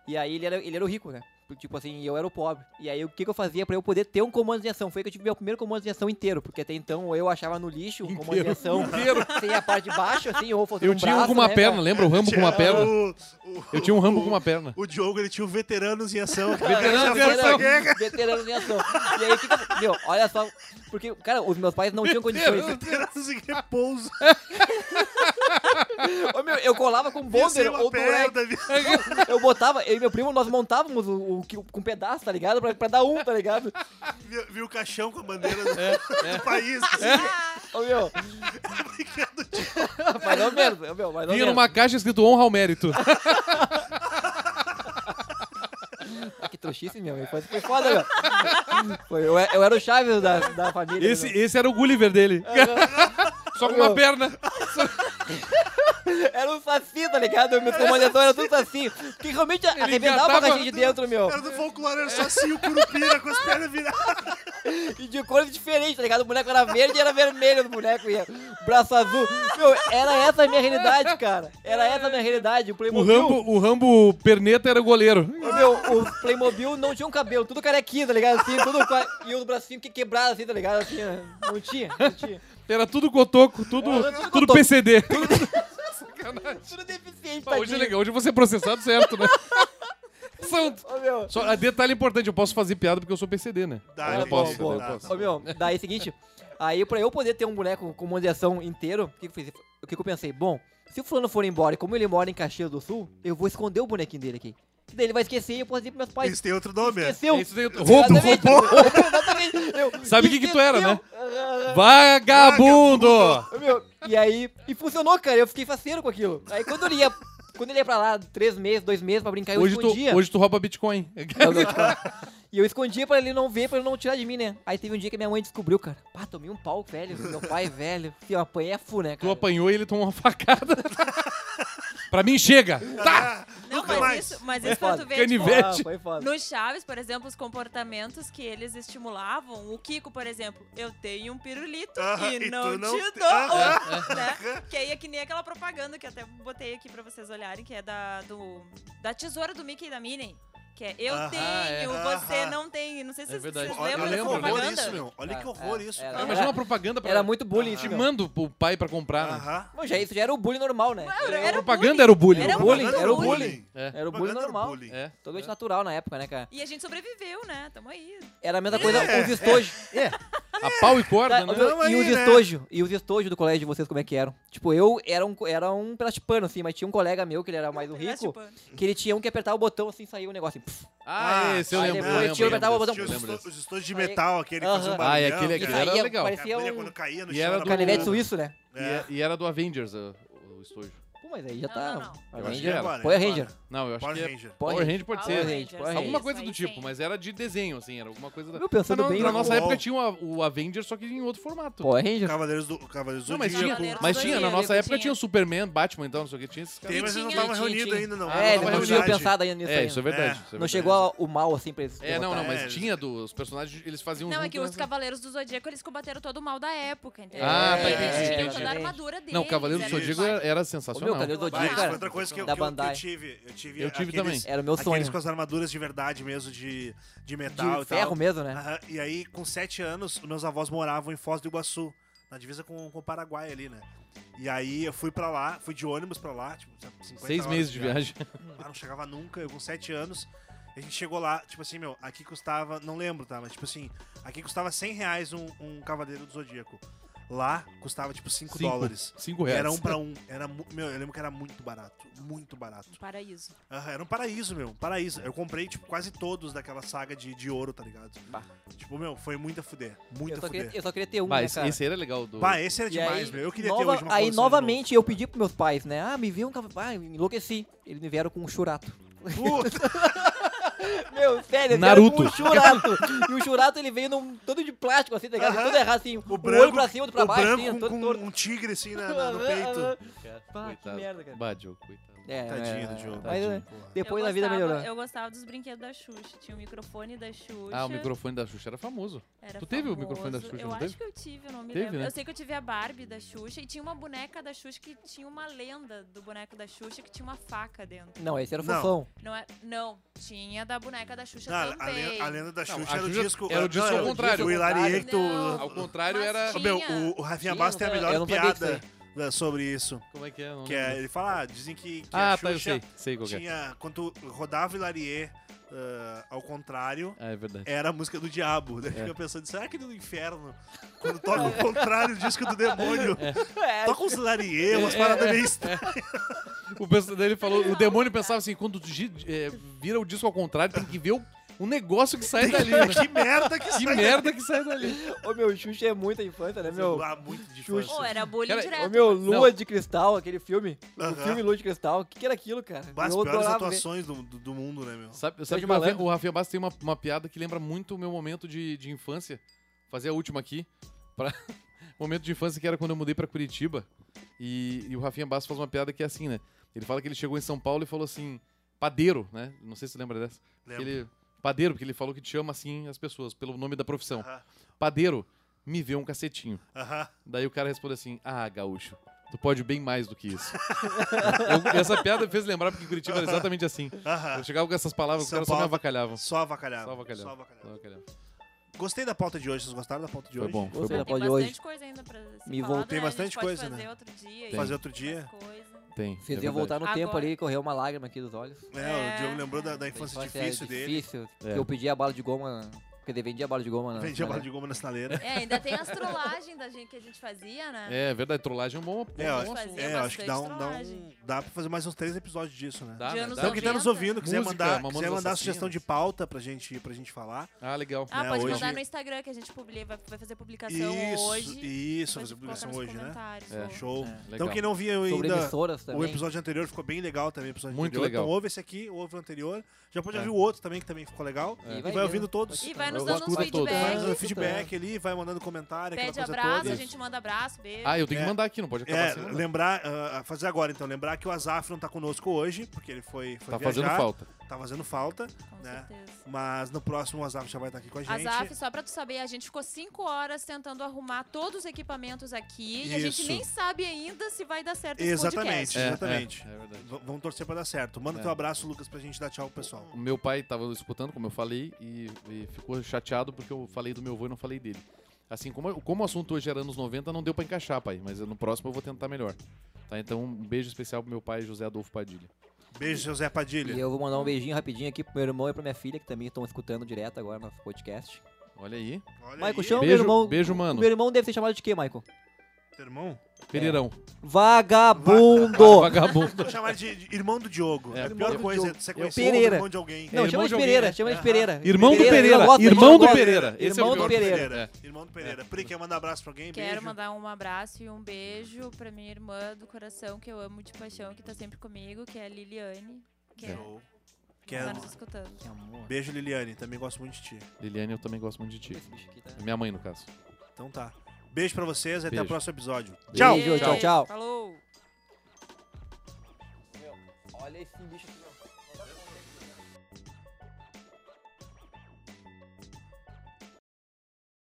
S3: E aí ele era, ele era o rico, né? Tipo assim, eu era o pobre. E aí o que, que eu fazia pra eu poder ter um comando de ação? Foi que eu tive meu primeiro comando de ação inteiro, porque até então eu achava no lixo um comando de
S2: Inteiro.
S3: ação
S2: Inteiro.
S3: sem a parte de baixo, assim, ou fosse
S2: Eu
S3: um
S2: tinha um
S3: braço,
S2: com uma
S3: né,
S2: perna,
S3: cara?
S2: lembra? O Rambo com uma
S1: Tinha
S2: perna.
S1: o- o-
S2: Eu tinha um Rambo com uma perna.
S1: O Diogo, ele tinha o Veteranos em Ação.
S3: Cara,
S2: Veteranos em
S1: Veteranos
S2: Ação.
S1: da guerra.
S3: Veteranos em ação. E aí, o que que eu- meu, olha só. Porque, cara, os meus pais não tinham condições.
S2: Veteranos.
S1: Veteranos em repouso.
S3: É, Ô, meu, eu colava com
S1: Sem
S3: Bonder
S1: uma
S3: ou É Durag.
S1: perna, vi-
S3: Eu botava, eu e meu primo, nós montávamos o, o, que- com um pedaço, tá ligado? Pra, pra dar um, tá ligado?
S1: vi- vi o caixão com a bandeira do,
S3: É,
S1: do país. assim,
S3: Ô, meu,
S1: brincando de-
S3: mais ou menos, ô, meu, mais ou
S2: Vinha
S3: menos.
S2: numa caixa escrito honra ao mérito.
S3: Ah, Que trouxice, meu, minha infância foi foda, meu. Foi, eu, eu era o Chaves da, da família.
S2: Esse,
S3: meu.
S2: esse era o Gulliver dele. Só com uma
S3: Meu.
S2: perna.
S3: Era um saci, tá ligado? Meus comandantes eram tudo saci. Que realmente arrebentava
S2: catava-
S3: a gente de dentro, meu.
S1: Era do folclore, era
S3: É.
S1: só assim o curupira com as pernas viradas.
S3: E de cores diferentes, tá ligado? O boneco era verde e era vermelho do boneco. E braço azul. Meu, era essa a minha realidade, cara. Era essa a minha realidade. O
S2: O
S3: Playmobil.
S2: Rambo, o Rambo perneta era o goleiro.
S3: Meu, o Playmobil não tinha um cabelo, tudo carequinha, tá ligado? Assim, tudo qua- e o bracinho que quebrado, assim, tá ligado? Assim, né? não tinha, não tinha.
S2: Era tudo cotoco, tudo,
S3: Era tudo
S2: tudo,
S3: cotoco.
S2: PCD.
S3: Tudo deficiente,
S2: Pá, hoje é
S3: tadinho.
S2: legal, hoje eu vou ser processado certo, né? São-
S3: Ô, meu.
S2: Só, ah, detalhe importante, eu posso fazer piada porque eu sou PCD, né?
S1: Dá,
S2: eu
S1: gente,
S2: posso, né?
S3: boa,
S2: eu
S1: dá,
S2: posso.
S1: dá.
S3: Ô, meu, daí é o seguinte, aí pra eu poder ter um boneco com modiação inteiro, o que, que eu fiz? O que, que eu pensei? Bom, se o fulano for embora e como ele mora em Caxias do Sul, eu vou esconder o bonequinho dele aqui. Que daí ele vai esquecer e eu posso dizer pros meus pais.
S1: Eles têm outro nome. é.
S3: Esqueceu?
S2: Isso daí- Roubo,
S3: Exatamente,
S2: roubou.
S3: Exatamente. Eu,
S2: Sabe o que que tu era, né?
S3: esqueceu. Aham, aham.
S2: Vagabundo!
S3: Ô, meu, e aí, e funcionou, cara. Eu fiquei faceiro com aquilo. Aí quando ele ia, quando ele ia pra lá, três meses, dois meses pra brincar, eu
S2: Hoje tu,
S3: escondia.
S2: hoje tu rouba Bitcoin.
S3: Não, não, tipo, E eu escondia pra ele não ver, pra ele não tirar de mim, né? Aí teve um dia que minha mãe descobriu, cara. Pá, tomei um pau, velho. do Meu pai, velho. Assim, eu apanhei a fu, né,
S2: Tu
S3: cara?
S2: apanhou e ele tomou uma facada. pra mim, chega!
S3: É.
S2: Tá!
S4: Não,
S1: Ah, Nunca
S4: mas
S1: mais.
S4: isso, mas
S3: Foi
S2: É
S4: isso pra tu
S3: foda.
S4: ver, tipo,
S2: Canivete.
S3: Ah, foi foda.
S4: No Chaves, por exemplo, os comportamentos que eles estimulavam, o Kiko, por exemplo, eu tenho um pirulito
S1: Aham,
S4: e,
S1: e
S4: não,
S1: tu não
S4: te
S1: te-
S4: dou,
S1: Aham.
S4: né? Que aí é que nem aquela propaganda que eu até botei aqui pra vocês olharem, que é da, do, da tesoura do Mickey e da Minnie. Que é eu
S1: Aham,
S4: tenho,
S1: é.
S4: você
S1: Aham.
S4: não tem. Não sei se
S2: É
S4: vocês,
S2: verdade.
S4: vocês
S2: Eu
S1: Olha,
S4: lembram
S1: olha que horror
S2: lembro,
S4: dessa propaganda.
S1: isso, meu. Olha que horror
S3: É,
S1: isso.
S3: é,
S2: Ah,
S1: cara.
S2: imagina uma propaganda pra...
S3: Era muito bullying isso,
S2: Te
S3: cara.
S2: mando pro pai pra comprar, né?
S1: Aham.
S3: Não, já isso já era o bullying normal, né?
S4: Era,
S2: A
S4: era o
S2: propaganda
S4: bullying.
S2: era o bullying.
S4: Era o
S3: bullying, era o
S1: Propaganda
S3: bullying.
S2: É.
S3: Era o bullying normal.
S1: bullying.
S2: É.
S3: Totalmente natural na época, né, cara?
S2: um
S4: E a gente sobreviveu, né? Tamo aí.
S3: Era a mesma coisa
S1: É,
S3: com os estojos.
S2: A pau e corda,
S3: Tá,
S2: né?
S3: ô, meu,
S1: Tamo
S3: e
S1: aí,
S3: os
S1: né?
S3: estojos, e os estojos do colégio de vocês, como é que eram? Tipo, eu era um, era um plasticano, assim, mas tinha um colega meu, que ele era mais um
S4: Tipo,
S3: rico,
S4: é,
S3: que ele tinha um que apertava o botão, assim, saiu o negócio, assim, puf,
S2: Ah, esse eu
S3: Aí
S2: lembro.
S3: depois
S2: eu
S3: tira o
S2: lembro
S3: metal,
S2: desse,
S1: Tinha
S2: eu
S1: os,
S2: lembro
S1: esto-
S2: desse.
S1: os estojos de metal, aquele que fazia um
S3: Aham.
S2: Ah,
S1: barulhão.
S2: é aquele-
S1: que
S2: aquele
S3: e
S1: a
S2: era
S3: saía,
S2: legal.
S3: parecia
S1: abelha
S3: um
S1: quando caía no
S2: E
S1: chão,
S2: era
S1: era
S2: do-
S3: canivete
S1: bacana.
S3: suíço, né?
S1: É.
S2: E, e era do Avengers, o, o estojo.
S3: Pô, mas aí já
S4: Não,
S3: tá.
S4: não,
S3: Power
S4: não.
S2: Eu acho que
S3: Ranger,
S2: era.
S1: é Agora,
S3: Power
S1: agora.
S3: Ranger.
S2: Não, eu acho
S1: Power
S2: que é-
S1: Ranger.
S2: Power Ranger pode
S4: Power
S2: ser.
S3: Power
S4: Rangers,
S3: Power
S4: é
S2: Alguma
S3: Ranger.
S4: isso,
S2: coisa
S4: aí
S2: do tipo,
S4: tem.
S2: mas era de desenho, assim, era alguma coisa da...
S3: Eu pensando
S2: Não,
S3: bem,
S2: na
S3: né?
S2: nossa
S1: Ball.
S2: época tinha o, o Avengers, só que em outro formato.
S3: Power Ranger.
S1: Cavaleiros do Cavaleiros do
S2: Não, mas tinha,
S1: Zodíaco.
S3: né?
S4: Cavaleiros
S2: mas
S4: do
S2: tinha, na
S4: Zodíaco,
S2: nossa época
S4: tinha.
S2: tinha o Superman, Batman, então, não sei o que, tinha esses caras.
S1: Tem, mas eles não
S4: Tinha,
S1: estavam
S4: tinha,
S1: reunidos
S4: tinha.
S1: ainda, não.
S3: É, eles
S1: Tava
S3: não
S2: verdade.
S3: tinham
S1: reunido.
S3: pensado ainda nisso
S2: É,
S3: aí.
S2: isso é verdade.
S1: É.
S2: isso é
S3: Não
S2: verdade.
S3: chegou a- o mal, assim, pra eles.
S2: É, não, não,
S3: derrotarem.
S2: mas
S1: É,
S2: tinha dos os personagens, eles faziam
S4: Não, é
S2: junto
S4: que os
S2: nessa-
S4: Cavaleiros do Zodíaco, eles combateram todo o mal da época, entendeu? É,
S2: Ah,
S3: tá,
S4: Eles
S3: entendi,
S4: tinham
S3: entendi.
S4: toda a armadura deles.
S2: Não, Cavaleiro do
S4: era
S2: Zodíaco é-
S4: demais.
S2: era, era
S3: Ô,
S2: sensacional.
S3: meu, Cavaleiro do
S1: Bah,
S3: Zodíaco,
S1: isso foi
S3: cara.
S1: outra coisa que eu,
S3: Da
S1: que eu- que eu
S3: Bandai.
S1: tive. Eu tive,
S2: Eu tive
S1: aqueles,
S3: Era o meu sonho.
S1: Aqueles com as armaduras de verdade mesmo, de, de metal
S3: De
S1: e tal.
S3: ferro mesmo, né?
S1: Aham, E aí, com sete anos, os meus avós moravam em Foz do Iguaçu, na divisa com, com o Paraguai ali, né? E aí eu fui pra lá, fui de ônibus pra lá, tipo, 50
S2: Seis
S1: horas
S2: meses de viagem.
S1: Ah, não chegava nunca, eu com 7 anos. A gente chegou lá, tipo assim, meu, aqui custava, não lembro, tá? Mas tipo assim, aqui custava 100 reais um, um Cavaleiro do Zodíaco. Lá custava tipo 5
S2: Cinco. é.
S1: dólares.
S2: Cinco reais.
S1: Era um pra um. Era, mu- meu, eu lembro que era muito barato. Muito barato.
S4: Um paraíso.
S1: Aham, era um paraíso, meu. Um paraíso. Eu comprei, tipo, quase todos daquela saga de, de ouro, tá ligado?
S3: Bah.
S1: Tipo, meu, foi muito a fuder. Muito
S3: Eu
S1: a
S3: só,
S1: fuder.
S3: queria, eu só queria ter um,
S2: Mas
S3: né, cara?
S2: esse era legal. Do...
S1: Bah, esse era
S3: E
S1: É demais,
S3: aí,
S1: meu. Eu queria ter
S3: nova-
S1: hoje uma
S3: Aí,
S1: coleção de novo.
S3: novamente, eu pedi pros meus pais, né? Ah, me viu um cavalo. Ah, eu enlouqueci. Eles me vieram com um churato.
S1: Puta,
S3: Meu, sério, eles
S2: Naruto.
S3: vieram com um churato. e o churato, ele veio num, todo de plástico, assim, tá ligado?
S1: Aham.
S3: Todo errado, assim.
S1: o
S3: O
S1: branco,
S3: olho pra cima, outro pra
S1: o
S3: baixo,
S1: branco
S3: assim,
S1: com,
S3: todo torto.
S1: um tigre, assim, na- na- no
S3: Aham,
S1: peito.
S3: aham. Pá, que merda, cara.
S2: Bah, Diogo, coitado.
S3: É,
S1: Tadinho
S3: é,
S1: do
S3: é,
S1: jogo.
S3: mas,
S2: tadinho,
S3: é,
S1: porra.
S3: depois
S4: eu
S3: a vida
S4: gostava-
S3: melhorou.
S4: Eu gostava dos brinquedos da Xuxa. Tinha o microfone da Xuxa.
S2: Ah, o microfone da Xuxa era famoso.
S4: Era
S2: Tu teve o
S4: famoso.
S2: microfone da Xuxa,
S4: Eu
S2: não
S4: acho
S2: teve?
S4: que eu tive, eu não me
S2: Teve,
S4: lembro.
S2: né?
S4: Eu sei que eu tive a Barbie da Xuxa e tinha uma boneca da Xuxa que tinha uma lenda do boneco da Xuxa que tinha uma faca dentro.
S3: Não, esse era o
S1: Não.
S3: Fofão.
S4: Não, é, não tinha da boneca da Xuxa
S1: Não, Ah, a,
S4: também.
S1: lenda, a lenda da
S2: Não,
S1: Xuxa
S2: a
S1: era o
S2: Xuxa-
S1: disco.
S2: era o
S1: não,
S2: disco ao contrário.
S1: O Hilari Icto.
S4: Não.
S2: Ao contrário,
S4: Mas
S2: era.
S1: Ô,
S4: tinha-
S1: meu, o, o Rafinha
S3: Tinha,
S1: Bastos tem a
S3: não
S1: melhor
S3: sabia- eu não sabia
S1: piada
S3: disso
S1: da- sobre isso.
S2: Como é que é? Não
S1: Que é,
S2: lembro.
S1: ele fala, ah, dizem que, que
S2: Ah,
S1: a
S2: tá, eu
S1: Xuxa
S2: sei. Sei qual que é.
S1: tinha. Quando rodava Hilarier ah, ao contrário,
S2: Ah, é verdade.
S1: era a música do diabo. Daí fica pensando, será que no inferno? Quando toca o contrário, o disco do demônio.
S3: É,
S1: Toca uns Hilarier, umas
S2: É,
S1: paradas
S2: é,
S1: meio estranhas.
S2: O pensa- daí ele falou, o demônio
S1: um
S2: pensava assim, quando tu gi- é, vira o disco ao contrário, tem que ver o, o negócio que sai dali, né?
S1: Que merda que
S2: Que
S1: sai
S2: merda que sai dali.
S3: Ô meu, Xuxa é muita infância, né,
S1: daqui.
S3: meu?
S1: Ah, muito de
S3: Xuxa.
S1: infância.
S4: Pô, é era bullying
S2: Cara,
S4: direto.
S3: Ô meu,
S2: Não.
S3: Lua de Cristal, aquele filme. O
S1: Aham.
S3: filme Lua de Cristal. O que, que era aquilo, cara?
S1: Bah, As
S3: eu
S1: piores
S3: adorava ver.
S1: atuações do, do- do mundo, né, meu?
S2: Sabe, sabe é?
S3: de
S2: que o Rafinha,
S3: malandro.
S2: o Rafinha Bastos tem uma, uma piada que lembra muito o meu momento de, de infância. Vou Fazer a última aqui. Pra... momento de infância que era quando eu mudei pra Curitiba. E, e o Rafinha Bastos faz uma piada que é assim, né? Ele fala que ele chegou em São Paulo e falou assim, padeiro, né? Não sei se você lembra dessa. Que
S1: Lembro.
S2: ele- padeiro, porque ele falou que te chama assim as pessoas, pelo nome da profissão.
S1: Aham.
S2: Padeiro, me vê um cacetinho.
S1: Aham.
S2: Daí o cara responde assim: Ah, gaúcho, tu pode bem mais do que isso. Eu- essa piada me fez lembrar porque em Curitiba era exatamente assim.
S1: Aham.
S2: Eu chegava com essas palavras, os
S1: São
S2: caras só me
S1: Paulo.
S2: avacalhavam.
S1: Só avacalhava.
S2: Só avacalhava.
S1: Só avacalhava.
S2: Só avacalhavam.
S1: Gostei da pauta de hoje. Vocês gostaram da pauta de
S2: Foi
S1: hoje?
S2: bom, foi
S3: Gostei
S2: bom.
S3: da
S4: Tem
S3: pauta de
S4: bastante
S3: hoje.
S4: coisa ainda pra se
S3: Me
S4: falar,
S3: voltei.
S1: Tem
S4: né? A
S1: bastante
S4: gente pode
S1: coisa,
S4: fazer
S1: né?
S4: outro dia.
S2: Tem.
S1: Fazer outro dia.
S2: Tem.
S3: Fiz
S2: é
S3: eu voltar
S2: verdade.
S3: no tempo
S4: Agora-
S3: ali, correu uma lágrima aqui dos olhos.
S1: É,
S4: É.
S1: o Diogo lembrou da, da infância
S3: Infância é
S1: difícil dele.
S3: Difícil. que
S2: É.
S3: Eu pedi a bala de goma. Porque ele vendia bala de goma. né? na-
S1: Vendia
S3: na-
S1: bala de goma na sinaleira.
S4: É, ainda tem as trollagens da gente, que a gente fazia, né?
S2: É, é verdade, trollagem é um bom.
S1: É, eu
S2: bom
S1: acho,
S2: assunto.
S1: é, eu acho que dá, um, dá, um,
S4: Trollagem.
S1: dá pra fazer mais uns três episódios disso, né?
S2: Dá,
S4: De
S2: né?
S4: anos
S2: Dá.
S1: Então, quem tá nos ouvindo, quiser
S2: Música,
S1: mandar,
S2: Mamonas
S1: quiser mandar
S2: Assassinas.
S1: sugestão de pauta pra gente, pra gente falar.
S2: Ah, legal.
S4: Ah,
S1: né,
S4: pode
S1: hoje-
S4: mandar no Instagram que a gente publica, vai- vai fazer publicação
S1: isso,
S4: hoje.
S1: isso,
S4: Pode
S1: fazer
S4: colocar
S1: publicação
S4: nos
S1: hoje, né?
S4: comentários,
S2: É.
S4: ou-
S1: Show.
S3: É.
S1: Então, quem não viu
S3: Sobre
S1: ainda
S3: emissoras
S1: o
S3: também.
S1: episódio anterior, ficou bem legal também. o Episódio
S2: Muito
S1: anterior.
S2: legal.
S1: Então, ouve esse aqui, ouve o anterior. Já pode
S2: É.
S1: ouvir o outro também, que também ficou legal.
S2: É.
S1: E vai ouvindo todos.
S4: E vai nos
S2: Eu
S4: dando uns
S2: escuto todos.
S1: Vai
S4: feedbacks.
S1: dando feedback ali, vai mandando comentário,
S4: Pede
S1: né? aquela coisa
S4: abraço,
S1: toda.
S4: a gente manda abraço, beijo.
S2: Ah, eu tenho
S1: É.
S2: que mandar aqui, não pode acabar
S1: É,
S2: sem mandar.
S1: lembrar, ah, fazer agora então, lembrar que o Azaf não tá conosco hoje, porque ele foi, foi
S2: Tá
S1: viajar,
S2: fazendo falta.
S1: tá fazendo falta,
S4: com
S1: né?
S4: certeza.
S1: mas no próximo o Azaf já vai estar aqui com a
S4: A
S1: gente.
S4: Zaf, só pra tu saber, a gente ficou cinco horas tentando arrumar todos os equipamentos aqui e a
S1: Isso.
S4: gente nem sabe ainda se vai dar certo
S1: Exatamente.
S4: esse podcast.
S2: É,
S1: Exatamente.
S2: É, é verdade.
S1: V- vamos torcer pra dar certo. Manda
S2: É.
S1: teu abraço, Lucas, pra gente dar tchau pro pessoal.
S2: O meu pai tava escutando, como eu falei, e, e ficou chateado porque eu falei do meu avô e não falei dele. Assim, como, como o assunto hoje era anos 90, não deu pra encaixar, pai. Mas no próximo eu vou tentar melhor. Tá, então um beijo especial pro meu pai, José Adolfo Padilha.
S1: Beijo, José Padilha.
S3: E eu vou mandar um beijinho rapidinho aqui pro meu irmão e pra minha filha, que também estão escutando direto agora no nosso podcast.
S2: Olha aí.
S1: Olha
S3: Maico,
S1: aí,
S3: chama o meu
S2: Beijo,
S3: irmão.
S2: beijo,
S3: O
S2: mano.
S3: meu irmão deve ser chamado de quê, Michael?
S1: teu irmão.
S2: Pereirão.
S3: Vagabundo!
S2: Vagabundo.
S1: Vou chamar de de irmão do Diogo.
S2: É,
S1: É, a pior
S2: eu-
S1: coisa,
S3: Diogo.
S1: você
S3: Eu-
S1: conhecer o
S3: Pereira.
S1: irmão de alguém.
S3: Não,
S2: É irmão
S3: chama ele
S2: de
S3: de
S2: alguém,
S3: Pereira,
S2: né?
S3: chama ele de Pereira.
S2: Irmão do
S3: eu
S2: Pereira,
S3: gosto,
S2: irmão
S3: eu
S2: do
S3: gosto.
S2: Pereira. Esse é o
S3: Irmão
S2: pior.
S3: do Pereira.
S1: Irmão do Pereira. Pri, quer mandar abraço pra alguém?
S4: Quero
S1: Beijo.
S4: mandar um abraço e um beijo pra minha irmã do coração, que eu amo de paixão, que tá sempre comigo, que é a Liliane, que é,
S1: Show.
S4: tá
S1: Quero.
S4: nos escutando.
S3: Que amor.
S1: Beijo, Liliane. Também gosto muito de ti.
S2: Liliane, eu também gosto muito de ti.
S3: Esse bicho aqui tá-
S2: Minha mãe, no caso.
S1: Então tá. Beijo pra vocês. Até
S2: Beijo.
S1: o próximo episódio.
S3: Tchau.
S1: Tchau.
S3: Beijo, tchau, tchau.
S4: Falou!
S3: Olha esse bicho aqui, meu.